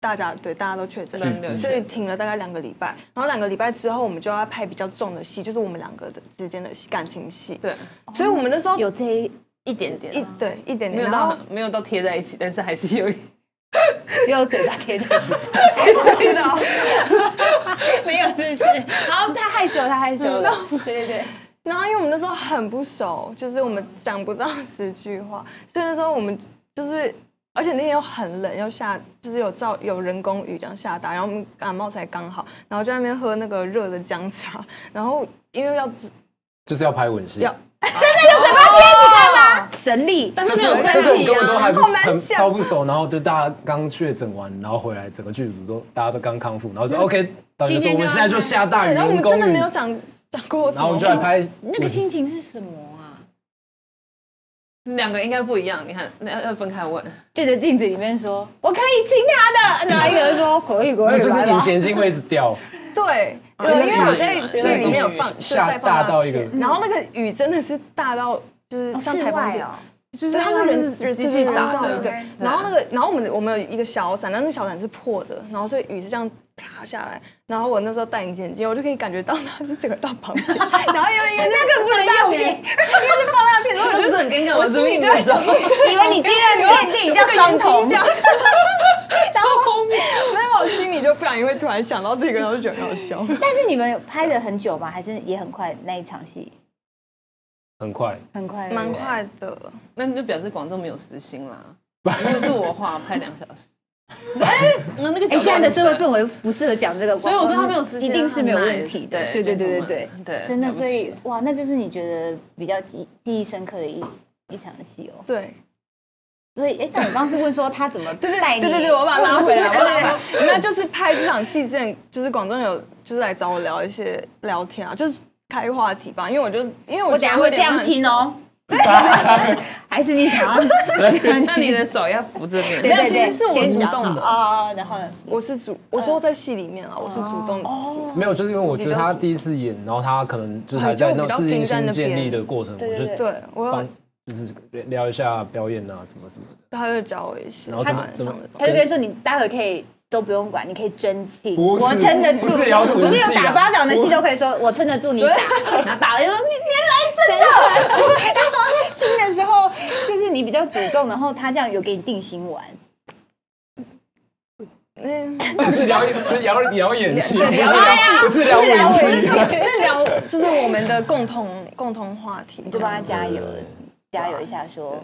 Speaker 4: 大家对大家都确诊
Speaker 1: 轮流确诊
Speaker 4: 所以停了大概两个礼拜。然后两个礼拜之后，我们就要拍比较重的戏，就是我们两个的之间的戏感情戏。
Speaker 1: 对，
Speaker 4: 所以我们那时候
Speaker 3: 有这一
Speaker 1: 一点点
Speaker 4: 一
Speaker 1: 啊，
Speaker 4: 对一点
Speaker 1: 没
Speaker 4: 点，
Speaker 1: 有
Speaker 4: 然
Speaker 1: 到
Speaker 4: 后
Speaker 1: 很没有到贴在一起，但是还是有一。
Speaker 3: 只有嘴巴贴在一 起，
Speaker 4: 知道。
Speaker 3: 没有这些。然后他害羞，他害羞 了。对对对，
Speaker 4: 然后因为我们那时候很不熟，就是我们讲不到十句话，所以那时候我们就是，而且那天又很冷，又下就是有造有人工雨这样下大，然后我们感冒才刚好，然后就在那边喝那个热的姜茶，然后因为要
Speaker 2: 就是要拍吻戏，
Speaker 4: 要
Speaker 3: 神力。
Speaker 1: 但
Speaker 2: 就是是
Speaker 1: 没有身
Speaker 2: 就是我们
Speaker 1: 体
Speaker 2: 根本都
Speaker 1: 啊，
Speaker 2: 还不
Speaker 4: 好难
Speaker 2: 很
Speaker 4: 讲
Speaker 2: 超不熟，然后就大家刚确诊完，然后回来整个剧组都大家都刚康复，然后说 OK，导演说我们现在就下大雨，
Speaker 4: 对然后我们
Speaker 2: 人工
Speaker 4: 真的
Speaker 2: 雨
Speaker 4: 没有讲讲过什
Speaker 2: 然后我
Speaker 4: 么
Speaker 2: 们就来
Speaker 4: 话，
Speaker 2: 拍
Speaker 3: 那个心情是什么啊？
Speaker 1: 两个应该不一样。你看，那要要分开问，
Speaker 3: 对着镜子里面说：“我可以亲他的。”然后一个人说：“可以，可
Speaker 2: 那
Speaker 3: 以。”
Speaker 2: 就是引擎镜会一直掉，
Speaker 4: 对，
Speaker 1: 啊
Speaker 4: 因为
Speaker 1: 因为
Speaker 4: 我
Speaker 1: 雨
Speaker 4: 在
Speaker 1: 嘛
Speaker 4: 剧里面有放，就
Speaker 2: 下
Speaker 4: 在放
Speaker 2: 大到
Speaker 4: 大
Speaker 2: 一个，
Speaker 4: 然后那个雨真的是大到就是像
Speaker 3: 室
Speaker 4: 台风
Speaker 3: 外
Speaker 4: 电
Speaker 3: 哦，
Speaker 1: 就是
Speaker 4: 对，他们人
Speaker 1: 是
Speaker 4: 是
Speaker 1: 机器撒
Speaker 4: 人造
Speaker 1: 的，
Speaker 4: 对
Speaker 1: 对。
Speaker 4: 然后那个，然后我们我们有一个小伞，但那小伞是破的，然后所以雨是这样啪下来。然后我那时候戴隐形眼镜，我就可以感觉到它是整个到旁边， 然后又因为那个不能用片，因为是放大片，然后
Speaker 1: 那
Speaker 4: 我
Speaker 1: 不
Speaker 4: 就是
Speaker 1: 很尴尬吗？我
Speaker 4: 心
Speaker 1: 是
Speaker 4: 里
Speaker 1: 命
Speaker 4: 就会
Speaker 1: 的时
Speaker 4: 想
Speaker 1: 候，
Speaker 3: 以为你今天眼镜叫双瞳
Speaker 4: 这，样。然后没有，我心里就不然会突然想到这个，然后就觉得很好笑。
Speaker 3: 但是你们拍了很久吗？还是也很快那一场戏？
Speaker 2: 很快。
Speaker 3: 很快，
Speaker 4: 蛮。快的，
Speaker 1: 那你就表示广州没有私心啦。如果是我的话，拍两小时。 那那个
Speaker 3: 哎，
Speaker 1: 角度
Speaker 3: 现在的社会
Speaker 1: 很
Speaker 3: 氛围不适合讲这个，
Speaker 1: 所以我说他没有私
Speaker 4: 啊
Speaker 1: 心
Speaker 3: 一定是没有问题的。
Speaker 1: 他很 nice，
Speaker 3: 对对对对
Speaker 1: gentleman
Speaker 3: 对，
Speaker 1: 对，
Speaker 3: 真的。
Speaker 1: 了不
Speaker 3: 所
Speaker 1: 起
Speaker 3: 以哇，那就是你觉得比较记记忆深刻的一一场戏哦。
Speaker 4: 对
Speaker 3: 所以哎，但我刚刚是问说他怎么
Speaker 4: 对对
Speaker 3: 带
Speaker 4: 对
Speaker 3: 哎你？
Speaker 4: 对对，我把它拉回 来，我把它拉回
Speaker 3: 对
Speaker 4: 来。那就是拍这场戏之前，就是广东有就是来找我聊一些聊天啊，就是开话题吧，因为我就因为我
Speaker 3: 我
Speaker 4: 觉得
Speaker 3: 等下
Speaker 4: 我有
Speaker 3: 会这
Speaker 4: 点
Speaker 3: 样
Speaker 4: 慢
Speaker 3: 亲
Speaker 4: 熟。
Speaker 3: 哦。 还是 你想要？
Speaker 1: 那 你的手要扶这边，
Speaker 3: 对对
Speaker 4: 没有
Speaker 3: 对，
Speaker 4: 其实是我
Speaker 3: 先
Speaker 4: 主
Speaker 3: 讲
Speaker 4: 动的
Speaker 3: 哦，然后
Speaker 4: 我是主，我
Speaker 3: 嗯
Speaker 4: 说在戏里面啊，我是主动
Speaker 3: 哦
Speaker 4: 的。
Speaker 2: 没有，就是因为我觉得他第一次演，然后他可能就是还在那种自信心建立的过程，我就
Speaker 4: 对，我
Speaker 2: 帮
Speaker 4: 有，
Speaker 2: 就是聊一下表演啊什么什么的，
Speaker 4: 他就教我一些
Speaker 2: 然后
Speaker 4: 晚
Speaker 2: 怎么
Speaker 4: 上
Speaker 2: 怎么
Speaker 4: 的东西。
Speaker 3: 他就跟你说，你待会可以都不用管，你可以真气，
Speaker 2: 不是
Speaker 3: 我撑得住，
Speaker 2: 不是摇头
Speaker 3: 不是
Speaker 2: 戏
Speaker 3: 有
Speaker 2: 啊
Speaker 3: 打巴掌的戏都可以说我撑得住你打，然后打了就说你别来真的。然后亲的时候就是你比较主动，然后他这样有给你定心丸，
Speaker 4: 嗯，
Speaker 2: 是聊是聊聊演戏，
Speaker 4: 对聊
Speaker 3: 哎
Speaker 2: 不是聊吻
Speaker 4: 就是
Speaker 2: 戏。
Speaker 4: 就是聊，就是我们的共同共同话题
Speaker 3: 你
Speaker 4: 这
Speaker 3: 就帮他
Speaker 4: 样。
Speaker 3: 加油，加油一下说。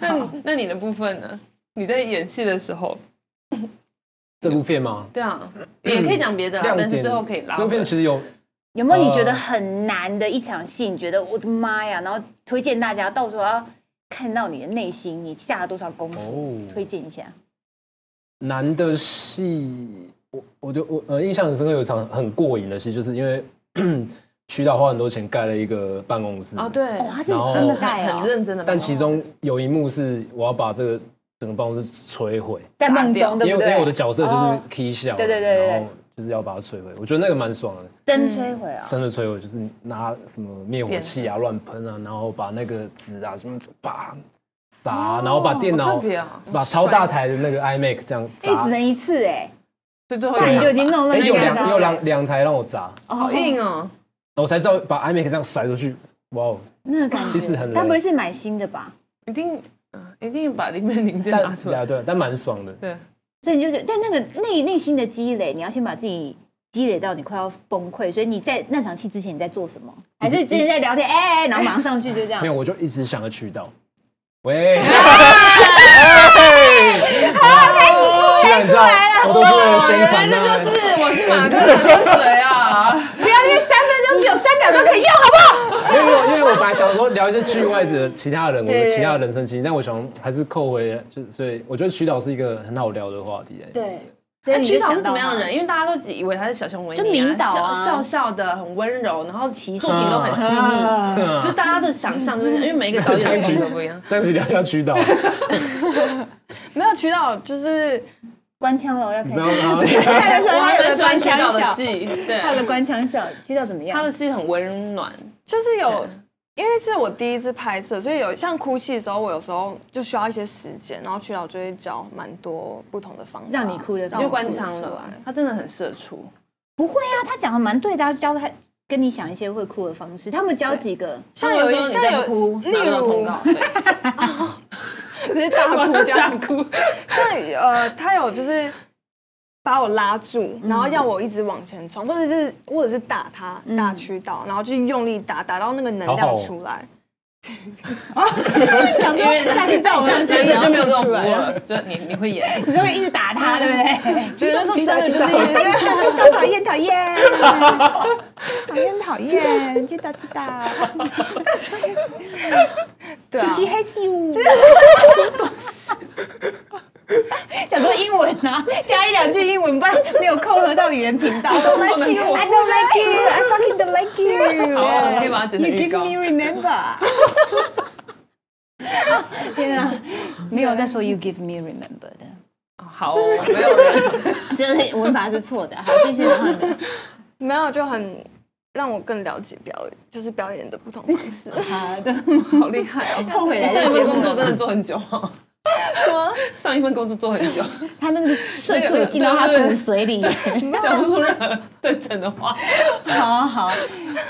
Speaker 1: 那你那你的部分呢？你在演戏的时候，
Speaker 2: 这部片吗？
Speaker 1: 对啊，也可以讲别的啊啦，但是最后可以拉
Speaker 2: 这部
Speaker 1: 回
Speaker 2: 片
Speaker 1: 来。
Speaker 2: 其实有
Speaker 3: 有没有你觉
Speaker 2: 呃
Speaker 3: 得很 难的一场戏？你觉得我的妈呀！然后推荐大家到时候要看到你的内心，你下了多少功夫？
Speaker 2: 哦
Speaker 3: 推荐一下。
Speaker 2: 男的戏，哦我我就我呃印象很深刻，有一场很过瘾的戏，就是因为 徐导花很多钱盖了一个办公室
Speaker 1: 哦，对，
Speaker 3: 哦，他是
Speaker 2: 然后
Speaker 3: 真的盖
Speaker 1: 很
Speaker 3: 哦
Speaker 1: 很，认真的，
Speaker 2: 但其中有一幕是我要把这个整个办公室摧毁，
Speaker 3: 在梦中
Speaker 2: 因为
Speaker 3: 对
Speaker 2: 因
Speaker 3: 不
Speaker 2: 为我的
Speaker 3: 对？
Speaker 2: 角色就是
Speaker 3: 哦
Speaker 2: K 笑，
Speaker 3: 对对对对
Speaker 2: 然后就是要把它摧毁，我觉得那个蛮爽的，
Speaker 3: 真摧毁
Speaker 1: 啊
Speaker 3: 哦。
Speaker 2: 真的摧毁就是拿什么灭火器啊乱喷啊，然后把那个纸啊什么啪砸，然后把电
Speaker 1: 哦好
Speaker 2: 脑
Speaker 1: 特别啊
Speaker 2: 把超大台的那个 iMac 这样
Speaker 3: 哎，
Speaker 2: 砸
Speaker 3: 只，能一次哎，
Speaker 1: 所以最后
Speaker 3: 不然你就已经弄
Speaker 2: 嗯哎
Speaker 3: 乱七
Speaker 2: 有
Speaker 3: 八
Speaker 2: 两
Speaker 3: 糟
Speaker 2: 有
Speaker 3: 了。
Speaker 2: 两两台让我砸。
Speaker 1: 好硬哦，
Speaker 2: 我才知道把 iMac 这样甩出去，哇哦！
Speaker 3: 那个感觉，
Speaker 2: 其实很累
Speaker 3: 该不会是买新的吧？
Speaker 1: 一定嗯一定把里面零件拿
Speaker 2: 但
Speaker 1: 出
Speaker 2: 对
Speaker 1: 来
Speaker 2: 啊，，对啊，但蛮爽的。
Speaker 1: 对，
Speaker 3: 所以你就觉得，但那个内内心的积累，你要先把自己积累到你快要崩溃。所以你在那场戏之哎前你在做什么？还是之前在聊天，哎，哎然后马上上去就这样
Speaker 2: 没？有，我就一直想要渠道， 喂，哎居然知道，我都是为了宣传
Speaker 1: 哎这
Speaker 2: 啊
Speaker 1: 就是我是马克 的跟随啊！
Speaker 7: 不要因为三分钟只有三秒钟可以用，好不好？
Speaker 2: 因为我因为我本来想说聊一些剧外的其他人，我的其他人生经历，但我想还是扣回来，就所以我觉得曲导是一个很好聊的话题。哎对，
Speaker 1: 那
Speaker 7: 你
Speaker 1: 曲
Speaker 7: 就
Speaker 1: 导
Speaker 7: 想
Speaker 1: 是怎
Speaker 7: 到
Speaker 1: 么样的
Speaker 7: 他
Speaker 1: 人？因为大家都以为他是小熊维
Speaker 7: 就
Speaker 1: 尼、
Speaker 7: 名导啊
Speaker 1: 笑笑笑的，很温柔，然后作品都很细腻，就大家的想象就是这样，因为每一个导演的风格不一样。
Speaker 2: 这样子聊一下曲导，
Speaker 4: 没有渠道，就是
Speaker 3: 关腔了，我要开
Speaker 2: 不要
Speaker 3: 始。
Speaker 2: 让他
Speaker 7: 我
Speaker 1: 我还蛮喜欢曲导
Speaker 7: 笑
Speaker 1: 的，戏，对，
Speaker 3: 那个官腔笑，知道怎么样？
Speaker 1: 他的戏很温暖，
Speaker 4: 就是有，因为这是我第一次拍摄，所以有像哭戏的时候，我有时候就需要一些时间，然后曲导就会教蛮多不同的方法，
Speaker 3: 让你哭的
Speaker 4: 让
Speaker 1: 就
Speaker 4: 我
Speaker 1: 关
Speaker 4: 哭得
Speaker 1: 腔
Speaker 4: 出
Speaker 1: 了
Speaker 4: 来，
Speaker 1: 他真的很社畜。
Speaker 3: 不会啊，他讲的蛮对的啊，教他跟你想一些会哭的方式。他们教几个，
Speaker 4: 像有一
Speaker 1: 时候
Speaker 4: 像
Speaker 1: 你
Speaker 4: 有
Speaker 1: 在哭，
Speaker 4: 例
Speaker 1: 拿不到通
Speaker 4: 如
Speaker 1: 告费，
Speaker 4: 直接大哭 这 样，
Speaker 1: 哭。
Speaker 4: 像呃，他有就是把我拉住，
Speaker 3: 嗯
Speaker 4: 然后要我一直往前冲，或者是或者是打他
Speaker 3: 嗯
Speaker 4: 打渠道，然后就用力打，打到那个能
Speaker 2: 好好
Speaker 4: 量
Speaker 2: 哦
Speaker 4: 出来。
Speaker 1: 想说下次在我们真的就没有这种服务了，就是你你会演，
Speaker 3: 你就会一直打他，对不对？
Speaker 4: 觉得那时候真的就是一直
Speaker 3: 讨讨厌讨厌，讨厌讨 厌，知道知道，
Speaker 4: 对啊，
Speaker 3: 漆黑记物，讲说英文啊，加一两句英文，不然没有扣合到语言频道。I don't like you, I don't like you, I fucking don't like you.
Speaker 1: 好我可以把它剪成
Speaker 3: You
Speaker 1: 预
Speaker 3: give
Speaker 1: 告哦
Speaker 3: me remember. 啊天啊，
Speaker 7: 没有在说 you give me remember 的，
Speaker 1: 好哦，没有人。
Speaker 3: 就是文法是错的。好，继续。然后呢
Speaker 4: 没有就很让我更了解表演，就是表演的不同方 式。
Speaker 3: 好的，
Speaker 1: 好厉害哦！
Speaker 3: 后悔来
Speaker 1: 上一
Speaker 3: 的
Speaker 1: 份
Speaker 3: 节
Speaker 1: 工
Speaker 3: 目
Speaker 1: 作真的做 很久哦。上一份工作做很 久，
Speaker 3: 他那个社畜也进到他骨髓里。
Speaker 1: 讲不出任何对称的话。
Speaker 3: 好好，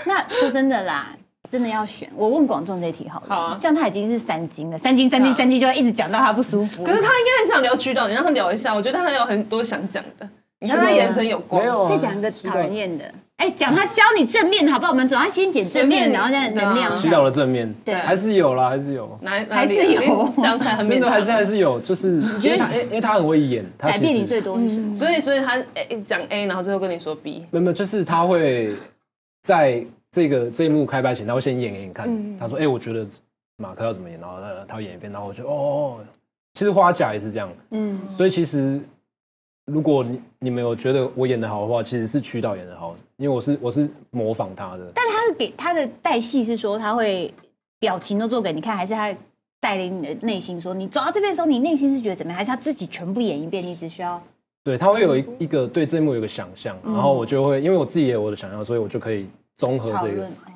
Speaker 3: 那说真的啦，真的要选。我问广众这一题好了，
Speaker 1: 好啊
Speaker 3: 像他已经是三金了，三金三金三金就要一直讲到他不舒服。
Speaker 1: 可是他应该很想聊渠道，你让他聊一下，我觉得他有很多想讲的。你看他眼神有光，
Speaker 2: 没有啊
Speaker 3: 再讲一个讨人
Speaker 2: 曲
Speaker 3: 厌的，哎，讲他教你正面的好不好？我们总要先讲正面，
Speaker 1: 随便你
Speaker 3: 然后再能量
Speaker 2: 导。曲导的正面，
Speaker 3: 对啊
Speaker 2: 还是有啦，还是有。
Speaker 1: 哪哪
Speaker 3: 还是
Speaker 1: 里啊已经
Speaker 3: 有
Speaker 1: 讲起来很
Speaker 2: 真
Speaker 1: 勉
Speaker 2: 的还是还
Speaker 1: 强。
Speaker 2: 是有，就是因为他因为因为他很会演，他
Speaker 3: 改
Speaker 2: 其
Speaker 3: 变你
Speaker 2: 实
Speaker 3: 最多是什么？
Speaker 1: 所以所以他诶讲 A，然后最后跟你说 B，
Speaker 2: 没有没有，就是他会在这个这一幕开拍前，他会先演给你看。
Speaker 3: 嗯
Speaker 2: 他说：“哎、我觉得马克要怎么演，然后他他会演一遍，然后我就哦哦。哦其实花甲也是这样，嗯，所以其实如果你你们有觉得我演的好的话，其实是曲导演的好，因为我是我是模仿他的。
Speaker 3: 但他是给他的带戏是说他会表情都做给你看，还是他带领你的内心说你走到这边的时候，你内心是觉得怎么样？还是他自己全部演一遍，你只需要
Speaker 2: 对，他会有
Speaker 3: 嗯
Speaker 2: 一一个对这一幕有一个想象，然后我就会因为我自己也有我的想象，所以我就可以综合
Speaker 3: 讨
Speaker 2: 这
Speaker 3: 论？
Speaker 2: 个
Speaker 3: 哦。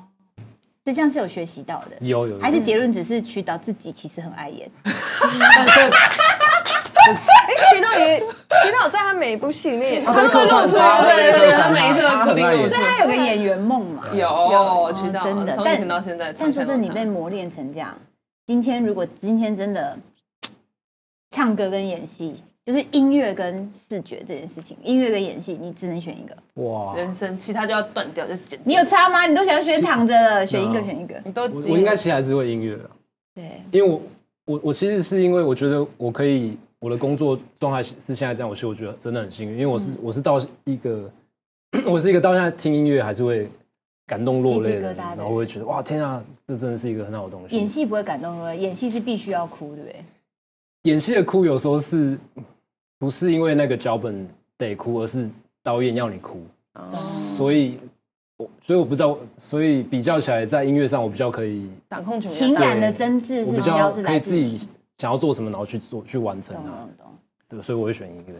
Speaker 3: 所以这样是有学习到的。
Speaker 2: 有有有
Speaker 3: 还是结论只是曲导自己其实很爱演，
Speaker 4: 哎徐导也，徐导在他每一部戏里面也，哦
Speaker 1: 他都会露出来，对对对，他每一次都
Speaker 2: 他
Speaker 1: 固
Speaker 2: 很
Speaker 1: 定
Speaker 2: 爱
Speaker 1: 露
Speaker 2: 演
Speaker 1: 出
Speaker 2: 戏
Speaker 1: 来。
Speaker 3: 他有个演员梦嘛？
Speaker 1: 有渠道，啊
Speaker 3: 真的
Speaker 1: 从
Speaker 3: 但
Speaker 1: 以前到现在。
Speaker 3: 但说
Speaker 1: 常看到
Speaker 3: 真的，你
Speaker 1: 他
Speaker 3: 被磨练成这样，今天如果今天真的唱歌跟演戏，就是音乐跟视觉这件事情，音乐跟演戏你只能选一个。
Speaker 2: 哇，
Speaker 1: 人生，其他就要断掉，就剪掉。
Speaker 3: 你有差吗？你都想选躺着了，选一个
Speaker 2: 嗯
Speaker 3: 选一个。
Speaker 1: 你都
Speaker 2: 我
Speaker 1: 几
Speaker 2: 我应该其实还是会音乐啦
Speaker 3: 对，
Speaker 2: 因为我我我其实是因为我觉得我可以我的工作状态是现在这样，我其实我觉得真的很幸运，因为我是、
Speaker 3: 嗯
Speaker 2: 我是到一个 我是一个到现在听音乐还是会感动落泪
Speaker 3: 鸡
Speaker 2: 的
Speaker 3: 皮疙瘩
Speaker 2: 人，
Speaker 3: 的
Speaker 2: 然后我会觉得哇天啊，这真的是一个很好的东西。
Speaker 3: 演戏不会感动了，演戏是必须要哭，对不对？
Speaker 2: 演戏的哭有时候是不是因为那个脚本得哭，而是导演要你哭，
Speaker 1: 哦
Speaker 2: 所以我所以我不知道，所以比较起来，在音乐上我比较可以
Speaker 1: 掌控权比较
Speaker 3: 情
Speaker 1: 大，
Speaker 3: 感的真挚
Speaker 2: 我
Speaker 3: 是
Speaker 2: 比
Speaker 3: 比较
Speaker 2: 较
Speaker 3: 是
Speaker 2: 可
Speaker 3: 来
Speaker 2: 以
Speaker 3: 自
Speaker 2: 自
Speaker 3: 于
Speaker 2: 己啊想要做什么，然后去做去完成
Speaker 3: 懂
Speaker 2: 它。
Speaker 3: 懂懂。
Speaker 2: 对，所以我会选音乐。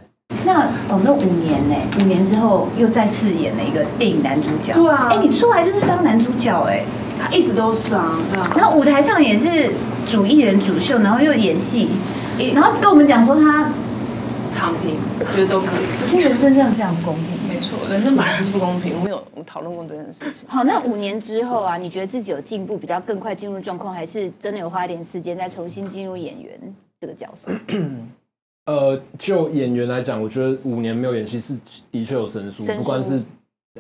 Speaker 3: 那我们说五年呢？五年之后又再次演了一个电影男主角。
Speaker 1: 对啊
Speaker 3: 哎，你出来就是当男主角哎，
Speaker 1: 他一直都是啊，对啊。
Speaker 3: 然后舞台上也是主艺人主秀，然后又演戏，然后跟我们讲说他，
Speaker 1: 躺平，觉得都可以。
Speaker 3: 我觉得人生真的非常公平。
Speaker 1: 没错，人生本来就是不公平，我们有我们讨论过这件事情。
Speaker 3: 好，那五年之后啊，你觉得自己有进步，比较更快进入状况，还是真的有花一点时间再重新进入演员这个角色？
Speaker 2: 呃，就演员来讲，我觉得五年没有演戏是的确有生疏，
Speaker 3: 生疏
Speaker 2: 不管是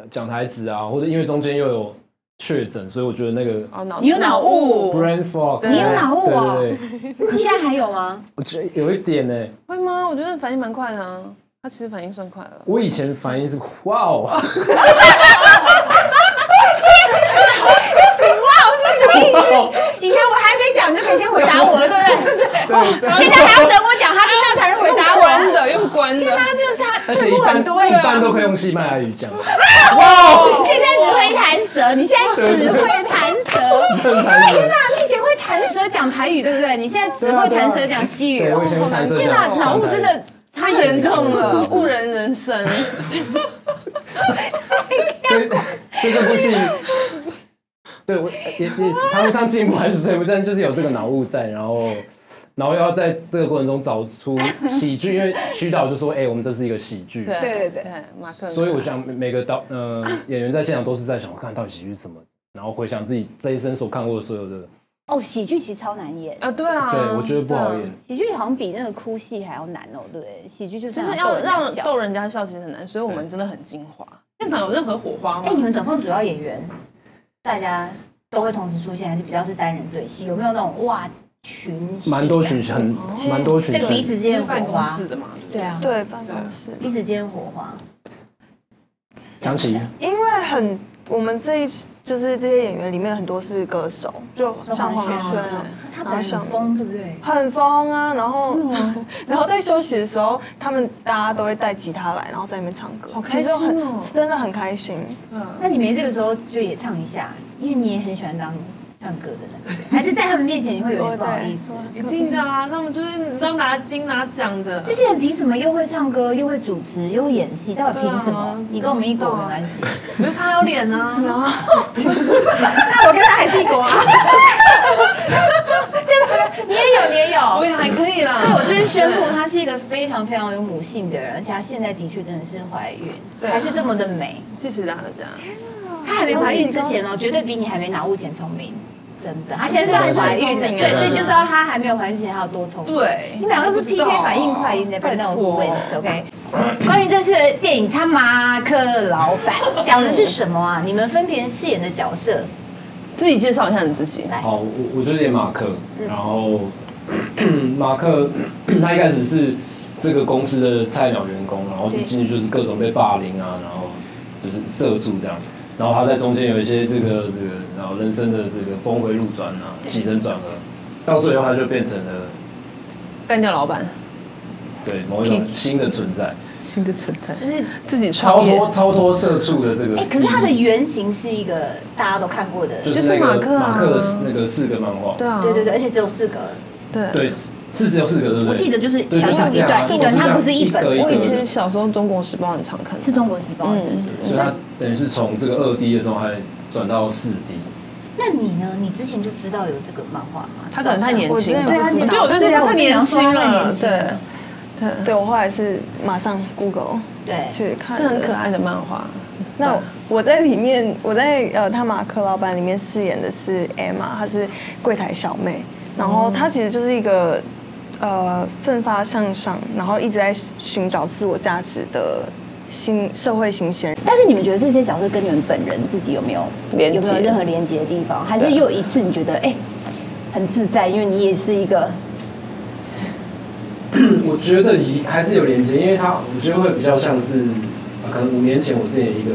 Speaker 2: 讲台词啊，或者因为中间又有确诊，所以我觉得那个
Speaker 1: 哦，脑
Speaker 3: 你有脑雾
Speaker 2: brain fog，
Speaker 1: 对你有
Speaker 3: 脑雾啊
Speaker 2: 对对对，
Speaker 3: 你现在还有吗？
Speaker 2: 我觉得有一点呢，
Speaker 1: 会吗？我觉得反应蛮快的啊，他其实反应算快了。
Speaker 2: 我以前反应是哇哦，
Speaker 3: 以前我还没讲，你就可以先回答我了，对不对？对。 现在还要等我讲，他真的才能回答我。
Speaker 1: 关的又关的，
Speaker 3: 他真的差
Speaker 2: 而且
Speaker 3: 退
Speaker 2: 一
Speaker 3: 步
Speaker 2: 般
Speaker 3: 很多耶
Speaker 2: 一般都会用西班牙语讲，
Speaker 3: 现在只会弹
Speaker 2: 哦
Speaker 3: 舌，你现在只会弹舌。
Speaker 2: 正常人。
Speaker 3: 那你以前会弹舌讲台语，对不对？你现在只会弹舌讲西语
Speaker 2: 对，我以
Speaker 3: 哦。
Speaker 2: 前用弹射
Speaker 3: 天哪，
Speaker 2: 讲，
Speaker 3: 脑雾真的太
Speaker 1: 太严重了， 误人人生。
Speaker 2: 所以所以这部戏，对我也也谈不上进步还是退步，但是就是有这个脑雾在，然后然后又要在这个过程中找出喜剧，因为徐导就说，哎、我们这是一个喜剧，
Speaker 1: 对
Speaker 3: 对对
Speaker 1: 对，马克。
Speaker 2: 所以我想每每个导呃演员在现场都是在想，我看到底喜剧是什么，然后回想自己这一生所看过的所有的，
Speaker 3: 哦，喜剧其实超难演，
Speaker 1: 啊，对啊，
Speaker 2: 对我觉得不好演，
Speaker 3: 喜剧好像比那个哭戏还要难哦，对不对？喜剧就
Speaker 1: 就是是要让
Speaker 3: 人家笑
Speaker 1: 逗人家笑，其实很难，所以我们真的很精华。现场有任何火花
Speaker 3: 哎、你们总共主要演员，大家都会同时出现，还是比较是单人对戏？有没有那种哇群戏
Speaker 2: 蛮多群很蛮多群
Speaker 3: 这个彼
Speaker 2: 戏，
Speaker 3: 此之间的
Speaker 1: 办
Speaker 3: 火
Speaker 1: 公
Speaker 3: 花
Speaker 1: 室？的嘛，
Speaker 5: 对啊，
Speaker 4: 对，办公室，
Speaker 3: 彼此之间的火花，
Speaker 2: 想起
Speaker 4: 因为很我们这一就是这些演员里面很多是歌手，就像黄
Speaker 3: 黄
Speaker 4: 轩
Speaker 3: 轩
Speaker 4: 啊，
Speaker 3: 他本来很疯，对不对？
Speaker 4: 很疯啊，然后 然后在休息的时候，他们大家都会带吉他来，然后在那边唱歌，好
Speaker 1: 开心哦
Speaker 4: 真的很开心。
Speaker 3: 那你没这个时候就也唱一下，因为你也很喜欢当唱歌的那个人，还是在他们面前你会有点不好意思？
Speaker 1: 一定的啊，他们就是你知道拿金拿奖的，
Speaker 3: 这些人凭什么又会唱歌，又会主持，又会演戏？到底凭什么？
Speaker 1: 对啊
Speaker 3: 嗯你跟我们一国没关系，
Speaker 1: 没有他有脸啊，然后
Speaker 3: 那我跟他还是一国啊？对吧？你也有，你也有
Speaker 1: 我。哦也还可以啦。
Speaker 3: 对我这边宣布，她是一个非常非常有母性的人，而且她现在的确真的是怀孕，
Speaker 1: 对
Speaker 3: 还是这么的美。
Speaker 1: 谢谢大家。
Speaker 3: 她还没怀孕之前哦，绝对比你还没拿物前聪明，真的。她现在是很怀孕的，
Speaker 1: 对
Speaker 3: 对，所以就知道她还没有怀孕前她有多聪明。，
Speaker 1: 对
Speaker 3: 你，们两个都是 PK 反应快，你得把那我问 OK。关于这次的电影，他马克老板 讲的是什么啊？你们分别饰演的角色，
Speaker 1: 自己介绍一下你自己。
Speaker 3: 哎
Speaker 2: 好，我我就是演马克，
Speaker 3: 嗯
Speaker 2: 然后 马克 他一开始是这个公司的菜鸟员工，然后
Speaker 3: 对
Speaker 2: 进去就是各种被霸凌啊，然后就是社畜这样，然后他在中间有一些这个这个，然后人生的这个峰回路转啊，起承转合，到最后他就变成了
Speaker 1: 干掉老板，
Speaker 2: 对某一种新的存在，
Speaker 1: 新的存在，
Speaker 3: 就是
Speaker 1: 自己
Speaker 2: 超
Speaker 1: 创业。
Speaker 2: 脱超脱社畜的这个
Speaker 3: 哎，
Speaker 2: 地
Speaker 3: 可
Speaker 2: 位。
Speaker 3: 是他的原型是一个大家都看过的，
Speaker 2: 就是
Speaker 1: 就是
Speaker 2: 那
Speaker 1: 马
Speaker 2: 个
Speaker 1: 克啊
Speaker 2: 马克的那个四个漫画，
Speaker 1: 对啊，
Speaker 3: 对对对，而且只有四个。
Speaker 1: 对
Speaker 2: 对是是只有四个对不对？
Speaker 3: 我记得就是
Speaker 2: 对
Speaker 3: 小
Speaker 2: 就是
Speaker 3: 说
Speaker 2: 这
Speaker 3: 一
Speaker 2: 样
Speaker 3: 段一段，它不是一
Speaker 2: 一个
Speaker 3: 本，
Speaker 2: 一个
Speaker 1: 我以前小时候《中国时报》很常看，
Speaker 3: 是中国时报。
Speaker 1: 嗯
Speaker 2: 所以他等于是从这个二 D 的时候还转到四 D，
Speaker 3: 那你呢？你之前就知道有这个漫画吗？
Speaker 1: 他可能太年轻了，
Speaker 3: 对啊
Speaker 1: 我
Speaker 3: 你
Speaker 1: 觉得我就是太年轻
Speaker 3: 对啊我
Speaker 1: 了，
Speaker 3: 就觉得
Speaker 1: 对
Speaker 3: 他，
Speaker 1: 对，
Speaker 4: 对我后来是马上 Google
Speaker 3: 对，
Speaker 4: 去看，
Speaker 1: 是很可。爱的漫画。
Speaker 4: 那我在里面，我在呃《他马克老板》里面饰演的是 Emma，她是柜台小妹，然后她其实就是一个呃奋发向上，然后一直在寻找自我价值的新社会新鲜人。
Speaker 3: 但是你们觉得这些角色跟你们本人自己有没有
Speaker 1: 连
Speaker 3: 有没有
Speaker 1: 结
Speaker 3: 任何连接的地方？还是又有一次你觉得哎、很自在，因为你也是一个
Speaker 2: 嗯我觉得以还是有连接，因为它我觉得会比较像是，呃可能五年前我是演一个，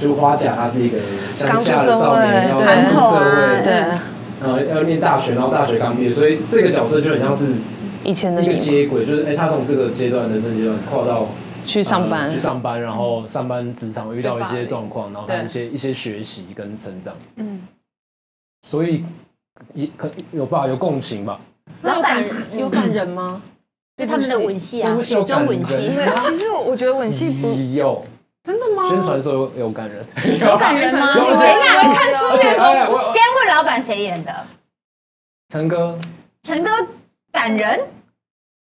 Speaker 2: 就就花甲，他是一个乡下的少年，然
Speaker 1: 刚
Speaker 2: 后
Speaker 1: 出社会
Speaker 2: 刚
Speaker 3: 对
Speaker 2: 出社
Speaker 3: 对
Speaker 2: 会，
Speaker 1: 啊对，
Speaker 2: 呃，要念大学，然后大学刚毕业，所以这个角色就很像是
Speaker 1: 以前的
Speaker 2: 一个
Speaker 1: 你
Speaker 2: 接轨，就是哎、他从这个阶段人生阶段跨到。
Speaker 1: 去上班
Speaker 2: 呃，去上班，然后上班职场遇到一些状况，然后他
Speaker 1: 对
Speaker 2: 一些一些学习跟成长，嗯，所以也可有吧有共情吧，
Speaker 1: 那有感
Speaker 3: 老板
Speaker 1: 有感人吗？
Speaker 3: 是他们的吻戏啊
Speaker 2: 这，部戏有感
Speaker 3: 装
Speaker 2: 人
Speaker 3: 吻戏，
Speaker 4: 其实我我觉得吻戏不
Speaker 2: 有
Speaker 1: 真的吗？
Speaker 2: 宣传说有感人，有感人
Speaker 3: 吗
Speaker 2: 有
Speaker 3: 你们俩
Speaker 2: 而
Speaker 3: 会看书
Speaker 2: 且哎，我
Speaker 3: 先问老板谁演的？
Speaker 2: 陈哥
Speaker 3: 陈哥感人，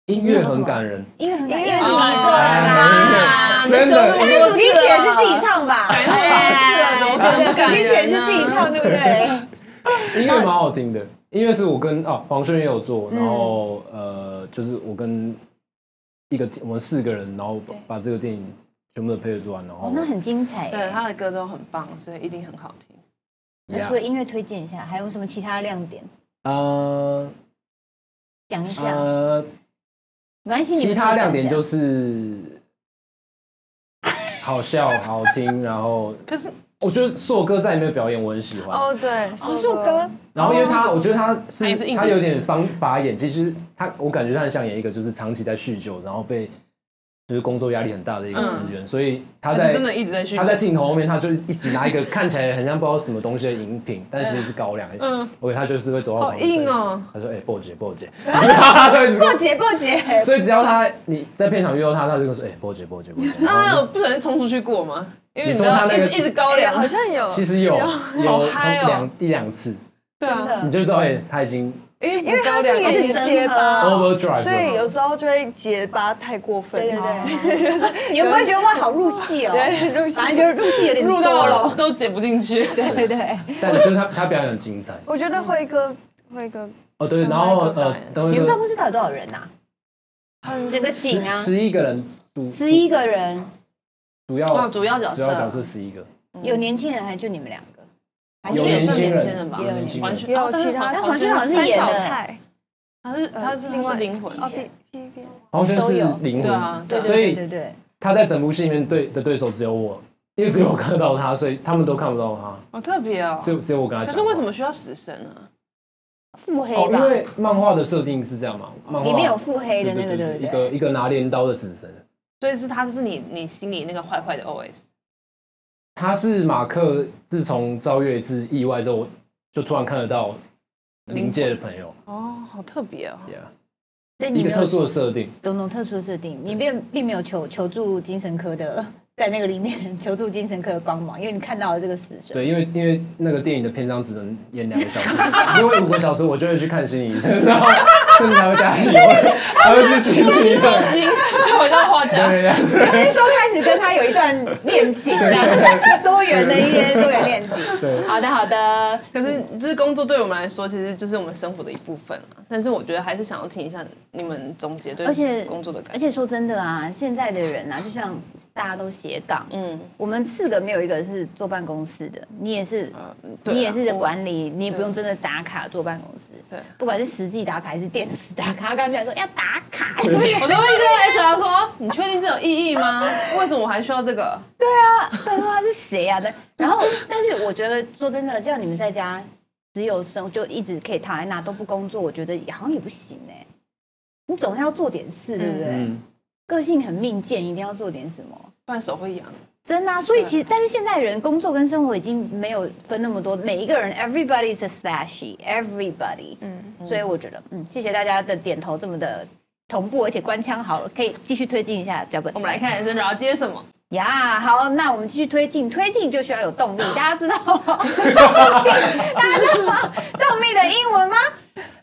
Speaker 2: 音乐很感人，哎
Speaker 3: 因为很感人，因为
Speaker 1: 啊
Speaker 3: 是你做的啦。
Speaker 2: 真的
Speaker 3: 他的主题曲也是自己唱吧？哎
Speaker 1: 感人啊怎么可能不
Speaker 3: 主
Speaker 1: 感人啊
Speaker 3: 题曲也是自己唱，对不对？
Speaker 2: 音乐蛮好听的，音乐是我跟啊黄轩也有做，然后呃就是我跟一个我们四个人，然后把这个电
Speaker 1: 哦
Speaker 2: 影全部的配乐做完，然后
Speaker 3: 哦，那很精彩耶。
Speaker 1: 对他的歌都很棒，所以一定很好听。
Speaker 3: 那
Speaker 2: Yeah
Speaker 3: 除了音乐推荐一下，还有什么其他的亮点？
Speaker 2: 呃
Speaker 3: 讲一下，
Speaker 2: 呃，
Speaker 3: 没关系。
Speaker 2: 其他亮点就是是好笑、好听，然后
Speaker 1: 可是
Speaker 2: 我觉得硕哥在里面的表演我很喜欢。
Speaker 4: 哦，对，
Speaker 3: 红树哥，
Speaker 2: 然后因为他，我觉得他
Speaker 1: 哦他
Speaker 2: 是
Speaker 1: 也是硬的
Speaker 2: 他有点方法演，其实他我感觉他很想演一个就是长期在酗酒，然后被就是工作压力很大的一个职员，所以他
Speaker 1: 嗯他
Speaker 2: 在
Speaker 1: 是真的一直在酗酒
Speaker 2: 他在镜头后面，他就是一直拿一个看起来很像不知道什么东西的饮品，但其实是高粱。嗯，我以为他就是会走到
Speaker 1: 好
Speaker 2: 旁边
Speaker 1: 硬哦。
Speaker 2: 他说：“哎，波姐， 波姐。”他就一直跟我
Speaker 3: 姐不姐，
Speaker 2: 所以只要他你在片场遇到他，他就跟我说：“哎，波姐，波姐，波姐。”然
Speaker 1: 啊，
Speaker 2: 后
Speaker 1: 我
Speaker 2: 我就
Speaker 1: 不小心冲出去过吗？因为
Speaker 2: 你
Speaker 1: 你知
Speaker 2: 说他
Speaker 1: 道，
Speaker 2: 那
Speaker 1: 一
Speaker 2: 个
Speaker 1: 直一直高粱，
Speaker 4: 好像有，
Speaker 2: 其实有有
Speaker 1: 嗨哦
Speaker 2: 两一两次，
Speaker 1: 对啊，
Speaker 2: 你
Speaker 3: 嗯
Speaker 2: 就知道哎，他已经
Speaker 1: 因为高粱
Speaker 3: 也是真喝，
Speaker 1: 哦
Speaker 2: overdrive
Speaker 4: 所以
Speaker 2: 了。
Speaker 4: 有时候就会结巴太过分，
Speaker 3: 对对对，你们不会觉得哇好入戏哦？
Speaker 4: 对，入戏
Speaker 3: 反正就是入戏有点
Speaker 1: 入
Speaker 3: 多
Speaker 1: 到
Speaker 3: 了。
Speaker 1: 了哎都解不进去。
Speaker 3: 对对，
Speaker 2: 但就是他他表演很精彩。
Speaker 4: 我觉得辉哥，辉哥
Speaker 2: 哦，对，然后
Speaker 4: 麦克
Speaker 2: 呃
Speaker 4: 白，
Speaker 2: 等会
Speaker 3: 你们办
Speaker 2: 说
Speaker 3: 公室到底多少人呐？整个景
Speaker 2: 十
Speaker 3: 啊，嗯
Speaker 2: 十一个人主
Speaker 3: 十一个人，
Speaker 2: 主要
Speaker 1: 哦主要角色
Speaker 2: 主
Speaker 3: 啊
Speaker 2: 要角色十一个，
Speaker 3: 有年轻人还就你们两个，还
Speaker 2: 有
Speaker 1: 也
Speaker 2: 年
Speaker 1: 算
Speaker 2: 轻
Speaker 1: 年
Speaker 2: 人
Speaker 1: 轻人吧
Speaker 2: 有年轻
Speaker 1: 完
Speaker 2: 人
Speaker 1: 全
Speaker 4: 也有其
Speaker 1: 哦
Speaker 4: 他，
Speaker 1: 但
Speaker 3: 黄轩好像是演
Speaker 4: 小
Speaker 3: 的
Speaker 4: 菜，
Speaker 1: 他是他是他是灵魂，
Speaker 4: 嗯哦，P P P，
Speaker 2: 黄轩是灵
Speaker 1: 对啊
Speaker 2: 魂，
Speaker 1: 对啊
Speaker 2: 所
Speaker 3: 对对
Speaker 2: 以
Speaker 3: 对，
Speaker 2: 他在整部戏里面对的对手只有我，因为只有我看到他，所以他们都看不到他，
Speaker 1: 好特别哦。
Speaker 2: 只有只有我跟他
Speaker 1: 可
Speaker 2: 讲话。
Speaker 1: 是为什么需要死神啊呢？
Speaker 3: 腹黑
Speaker 2: 哦，因
Speaker 3: 吧，
Speaker 2: 为漫画的设定是这样嘛，漫画
Speaker 3: 里面有腹黑
Speaker 2: 对
Speaker 3: 的
Speaker 2: 对
Speaker 3: 那个，
Speaker 2: 对对，
Speaker 3: 对不
Speaker 2: 一
Speaker 3: 对？
Speaker 2: 个一个拿镰刀的死神，
Speaker 1: 所以是他是你你心里那个坏坏的 OS。
Speaker 2: 他是马克，自从遭遇一次意外之后，就突然看得到灵界的朋友
Speaker 1: 哦，好特别哦。
Speaker 2: ，yeah，
Speaker 3: 对，
Speaker 2: 一
Speaker 3: 你
Speaker 2: 个
Speaker 3: 没
Speaker 2: 特
Speaker 3: 有
Speaker 2: 殊的设定。
Speaker 3: 有那种特殊的设定，你并并没有求求助精神科的， 在那个里面 求助精神科的帮忙，因为你看到了这个死神。
Speaker 2: 对，因为因为那个电影的片章只能演两个小时，因为五个小时我就会去看心理医生， 然后甚至还会带他去游乐，还会去迪士尼上。
Speaker 1: 已经回到画
Speaker 2: 对
Speaker 1: 家，
Speaker 2: 对对，
Speaker 3: 他是说开始跟他有一段恋情，这样多元的一些多元恋情。
Speaker 2: 对
Speaker 3: 好的，好的。
Speaker 1: 可是就是工作对我们来说，其实就是我们生活的一部分啊。但是我觉得还是想要听一下你们总结
Speaker 3: 而且
Speaker 1: 对工作的感
Speaker 3: 而
Speaker 1: 觉。
Speaker 3: 且说真的啊，现在的人啊，就像大家都斜杠，
Speaker 1: 嗯，
Speaker 3: 我们四个没有一个是坐办公室的，你也是，
Speaker 1: 对啊
Speaker 3: 你也是
Speaker 1: 我
Speaker 3: 管理，你也不用真的打卡坐办公室，
Speaker 1: 对
Speaker 3: 不管是实际打卡还是电子打卡，他刚才说要打卡，
Speaker 1: 我都会跟 HR 说：“你确定这有意义吗？为什么我还需要这个？
Speaker 3: 他说他是谁啊？ 但然后，但是我觉得说真的，叫你们在家只有生就一直可以躺在那都不工作，我觉得好像也不行哎、你总要做点事，对不对？
Speaker 2: 嗯，
Speaker 3: 个性很命贱，一定要做点什么。
Speaker 1: 不然手会痒。
Speaker 3: 真的、啊，所以其实，但是现在人工作跟生活已经没有分那么多，每一个人，everybody is a slashy，everybody，嗯，所以我觉得，嗯，谢谢大家的点头，这么的同步，而且官腔好了，可以继续推进一下脚本。
Speaker 1: 我们来看是饶接什么？
Speaker 3: 呀好，那我们继续推进，推进就需要有动力，大家知道，大家知道动力的英文吗？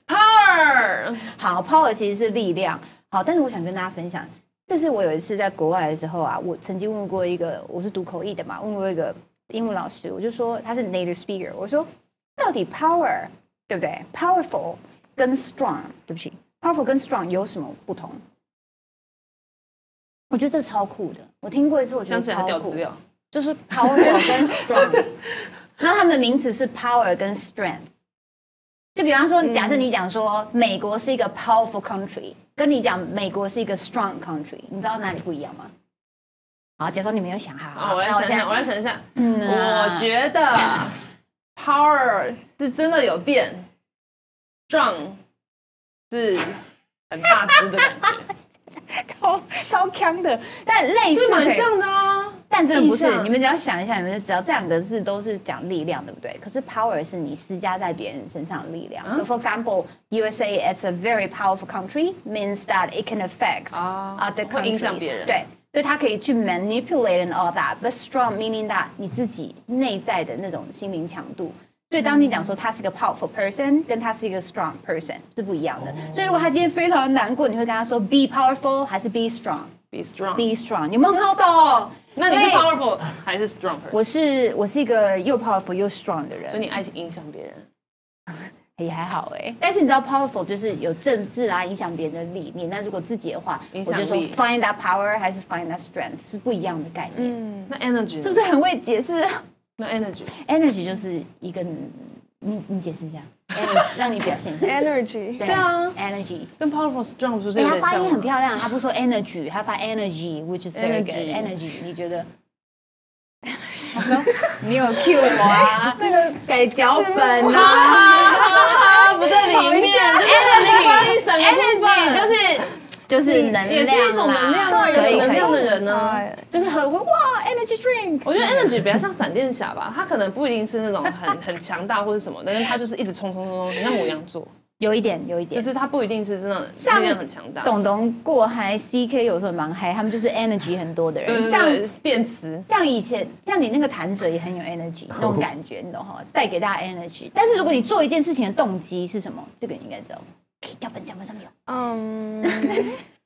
Speaker 1: Power，
Speaker 3: 好，power 其实是力量。好，但是我想跟大家分享，这是我有一次在国外的时候啊，我曾经问过一个，我是读口译的嘛，问过一个英文老师，我就说他是 native speaker，我说到底 power 对不对？powerful 跟 strong，对不起，powerful 跟 strong 有什么不同？我觉得这超酷的，我听过一次，我觉
Speaker 1: 想
Speaker 3: 得
Speaker 1: 起来
Speaker 3: 超
Speaker 1: 调
Speaker 3: 酷
Speaker 1: 资，料。
Speaker 3: 就是 powerful 跟 strong，那他们的名词是 power 跟 strength。就比方说，
Speaker 1: 嗯
Speaker 3: 假设你讲说美国是一个 powerful country，跟你讲美国是一个 strong country，你知道哪里不一样吗？好，假装你没有想
Speaker 1: 啊，
Speaker 3: 好，
Speaker 1: 我来
Speaker 3: 那
Speaker 1: 想
Speaker 3: 现在
Speaker 1: 想，我来想想。
Speaker 3: 嗯啊
Speaker 1: 我觉得 power 是真的有电壮是很大只的感觉，
Speaker 3: 超超强的，但类似
Speaker 1: 是蛮
Speaker 3: 可以
Speaker 1: 像的啊。
Speaker 3: 但真的不
Speaker 1: 印
Speaker 3: 是。
Speaker 1: 象
Speaker 3: 你们只要想一下，你们就知道这两个字都是讲力量，对不对？可是 power 是你施加在别人身上的力量。So
Speaker 1: 啊
Speaker 3: for example, USA as a very powerful country means that it can affect
Speaker 1: 哦
Speaker 3: other
Speaker 1: 会
Speaker 3: countries，
Speaker 1: 影响别人
Speaker 3: 对。所以它可以去 manipulate and all that, but strong meaning that 你自己内在的那种心灵强度。所以当你讲说他是一个 powerful person，跟他是一个 strong person 是不一样
Speaker 1: 哦
Speaker 3: 的。所以如果他今天非常的难过，你会跟他说 be powerful 还是 be strong？be
Speaker 1: Be strong。
Speaker 3: strong，你们很好懂。
Speaker 1: 那你
Speaker 3: 所以
Speaker 1: 是 powerful 还是 strong person？
Speaker 3: 我是我是一个又 powerful 又 strong 的人，
Speaker 1: 所以你爱影响别人。
Speaker 3: 也还好哎、但是你知道 powerful 就是有政治啊影响别人的理念，那如果自己的话，
Speaker 1: 影
Speaker 3: 我
Speaker 1: 响
Speaker 3: 就
Speaker 1: 力
Speaker 3: 说 find that power 还是 find that strength 是不一样的概念，
Speaker 1: 那 energy
Speaker 3: 是
Speaker 1: 是
Speaker 3: 不是很会解释？
Speaker 1: 那 energy
Speaker 3: energy 就是一个，你你解释一下，energy 让你表现一下。
Speaker 4: energy
Speaker 3: 对
Speaker 1: 对啊
Speaker 3: ，energy。
Speaker 1: 跟 powerful strong 不是
Speaker 3: 哎，
Speaker 1: 有
Speaker 3: 他
Speaker 1: 点
Speaker 3: 发
Speaker 1: 像
Speaker 3: 音很
Speaker 1: 吗？
Speaker 3: 漂亮，他不说 energy，他发 energy，which is very good
Speaker 1: Energy
Speaker 3: energy。你觉得？
Speaker 7: 他说你有 cue 我 啊，那个给脚本啊
Speaker 1: 啊，不在里面，energy 闪
Speaker 3: ，energy 就是就是能量啦，
Speaker 1: 嗯也是一种能量啊，
Speaker 3: 可
Speaker 1: 有
Speaker 3: 以
Speaker 1: 能
Speaker 3: 可
Speaker 1: 量的
Speaker 3: 以，
Speaker 1: 人呢。
Speaker 4: 啊
Speaker 3: 就是很哇，energy drink。
Speaker 1: 我觉得 energy 比较像闪电侠吧，他可能不一定是那种很很强大或者什么，但是他就是一直冲冲冲冲，很像母羊座，
Speaker 3: 有一点，有一
Speaker 1: 就
Speaker 3: 点。
Speaker 1: 是他不一定是真的
Speaker 3: 像
Speaker 1: 力量很强大，
Speaker 3: 董董过嗨，CK 有时候蛮嗨，他们就是 energy 很多的
Speaker 1: 对
Speaker 3: 人，
Speaker 1: 对
Speaker 3: 像
Speaker 1: 对，电池，
Speaker 3: 像以前，像你那个弹舌也很有 energy 那种感觉，你懂哈，带给大家 energy。但是如果你做一件事情的动机是什么，这个你应该知道。哎脚本脚本上面有
Speaker 4: 嗯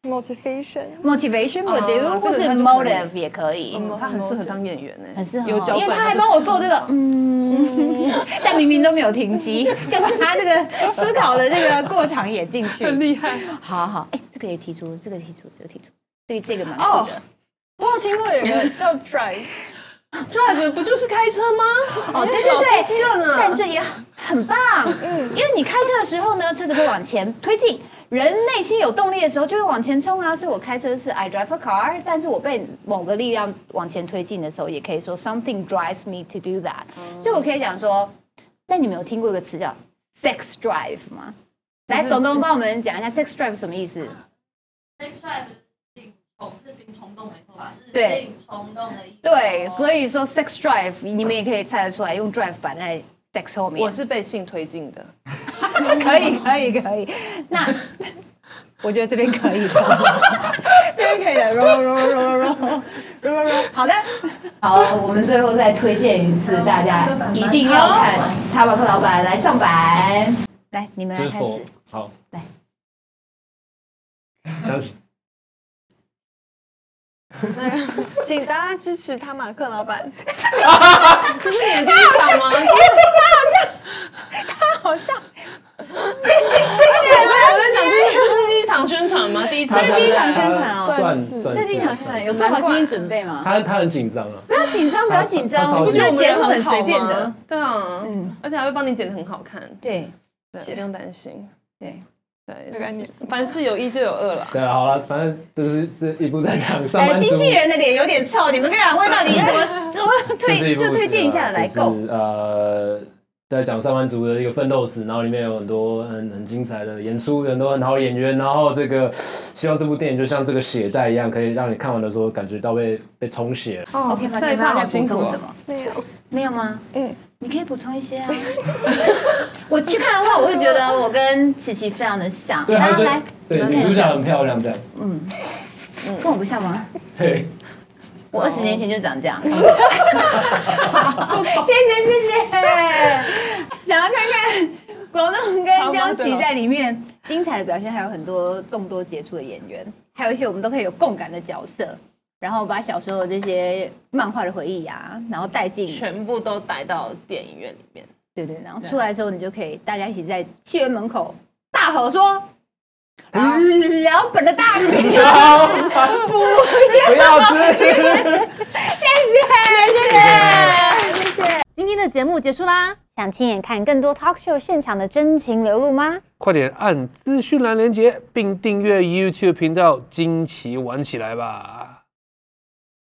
Speaker 4: ，motivation。
Speaker 3: motivation 我觉
Speaker 1: 哦这
Speaker 3: 得
Speaker 1: 个
Speaker 3: 或是
Speaker 1: 它就可以
Speaker 3: motive 也可以，
Speaker 1: 嗯他很适合当演员呢，
Speaker 3: 很适合
Speaker 1: 有
Speaker 3: 哦，
Speaker 1: 脚
Speaker 3: 因
Speaker 1: 本
Speaker 3: 为他还
Speaker 1: 的
Speaker 3: 帮我做这个， 嗯，但明明都没有停机，就把他这个思考的这个过场也进去，很厉害。好好，哎，这个也提出，这个提出，这个提出，这个这个蛮酷
Speaker 4: 哦
Speaker 3: 的。
Speaker 4: 我有听过有个 叫 drive，
Speaker 1: drive 不就是开车 吗？
Speaker 3: 哦，对对对，但这也很棒，嗯，因为你开车的时候呢，车子会往前推进，人内心有动力的时候就会往前冲啊。所以我开车是 I drive a car，但是我被某个力量往前推进的时候，也可以说 something drives me to do that。所以我可以讲说，那你们有听过一个词叫 sex drive 吗？来，董董帮我们讲一下 sex drive 什么意思？
Speaker 8: Sex drive 是性冲，是性冲动，没错吧？是
Speaker 3: 对
Speaker 8: 性冲动的意思。
Speaker 3: 对，所
Speaker 8: 以
Speaker 3: 以说 sex drive 你们也可以猜得出来，用 drive 摆在 sex 后面。
Speaker 1: 我是被性推进的，
Speaker 3: 可以，可以，可以。那我觉得这边可 以的，这边可以的。揉揉揉揉揉揉揉揉。好的，好，我们最后再推荐一次，大家一定要看塔巴克老板来上版。来，你们
Speaker 2: 这
Speaker 3: 来
Speaker 2: 是
Speaker 3: 开
Speaker 2: 否
Speaker 3: 始。
Speaker 2: 好
Speaker 3: 来
Speaker 2: 开 始
Speaker 4: 请大家支持他马克老板。
Speaker 1: 这是你的第一场吗？
Speaker 3: 好像
Speaker 1: 我在想，这是这是第一场宣传吗？第一场，
Speaker 2: 他
Speaker 7: 第一场宣传哦
Speaker 2: 他算算
Speaker 7: 这是一场宣传，有做好心理准备吗？
Speaker 2: 他他很紧张啊，
Speaker 7: 不要紧张，不要紧
Speaker 2: 他他
Speaker 7: 张，
Speaker 2: 超
Speaker 7: 我
Speaker 2: 级
Speaker 7: 们这个节目很
Speaker 1: 好
Speaker 7: 随便的
Speaker 1: 吗。，对啊，
Speaker 7: 嗯
Speaker 1: 嗯，而且还会帮你剪得很好看，
Speaker 7: 对，
Speaker 1: 对，不用担心，
Speaker 7: 对
Speaker 4: 没
Speaker 1: 对，
Speaker 4: 关系，
Speaker 1: 凡事有一就有二啦。
Speaker 2: 对啊，好了，反正就是是一部在讲上
Speaker 7: 哎，
Speaker 2: 班族，
Speaker 7: 经纪人的脸有点臭，你们跟两位到底怎么怎么
Speaker 2: 这是
Speaker 7: 推
Speaker 2: 一部啊
Speaker 7: 就推荐一下来
Speaker 2: 就
Speaker 7: 购？
Speaker 2: 是呃，在讲上班族的一个奋斗史，然后里面有很多很很精彩的演出，很多很好的演员，然后这个希望这部电影就像这个血袋一样，可以让你看完的时候感觉到被被充血。
Speaker 4: 哦
Speaker 7: OK 吗？
Speaker 4: 下
Speaker 7: 你
Speaker 4: 一
Speaker 7: 们要
Speaker 4: 趴
Speaker 7: 再
Speaker 4: 好
Speaker 7: 补
Speaker 4: 辛苦
Speaker 7: 充
Speaker 4: 哦
Speaker 7: 什么？
Speaker 4: 没有，
Speaker 7: 没有吗？
Speaker 4: 嗯，
Speaker 7: 你可以补充一些啊。
Speaker 3: 我去 看的话，我会觉得我跟琪琪非常的像。
Speaker 2: 对，还
Speaker 3: 大
Speaker 2: 有
Speaker 3: 家
Speaker 2: 就
Speaker 3: 来，
Speaker 2: 对女主角很漂亮，这样
Speaker 3: 跟我不像吗？
Speaker 2: 对。
Speaker 3: 嗯 我二十年前就长这样。
Speaker 7: 谢谢谢谢，哦 想要看看广仲跟江琪在里面精彩的表现，还有很多众多杰出的演员，还有一些我们都可以有共感的角色，然后把小时候的这些漫画的回忆啊，然后带进
Speaker 1: 全部都带到电影院里面。
Speaker 7: 对对，然后出来的时候，你就可以大家一起在戏院门口大吼说。老本的大米，
Speaker 2: 不要吃。
Speaker 10: 今天的节目结束啦，想亲眼看更多 talk show 现场的真情流露吗？
Speaker 11: 快点按资讯栏连接，并订阅 YouTube 频道，惊奇玩起来吧！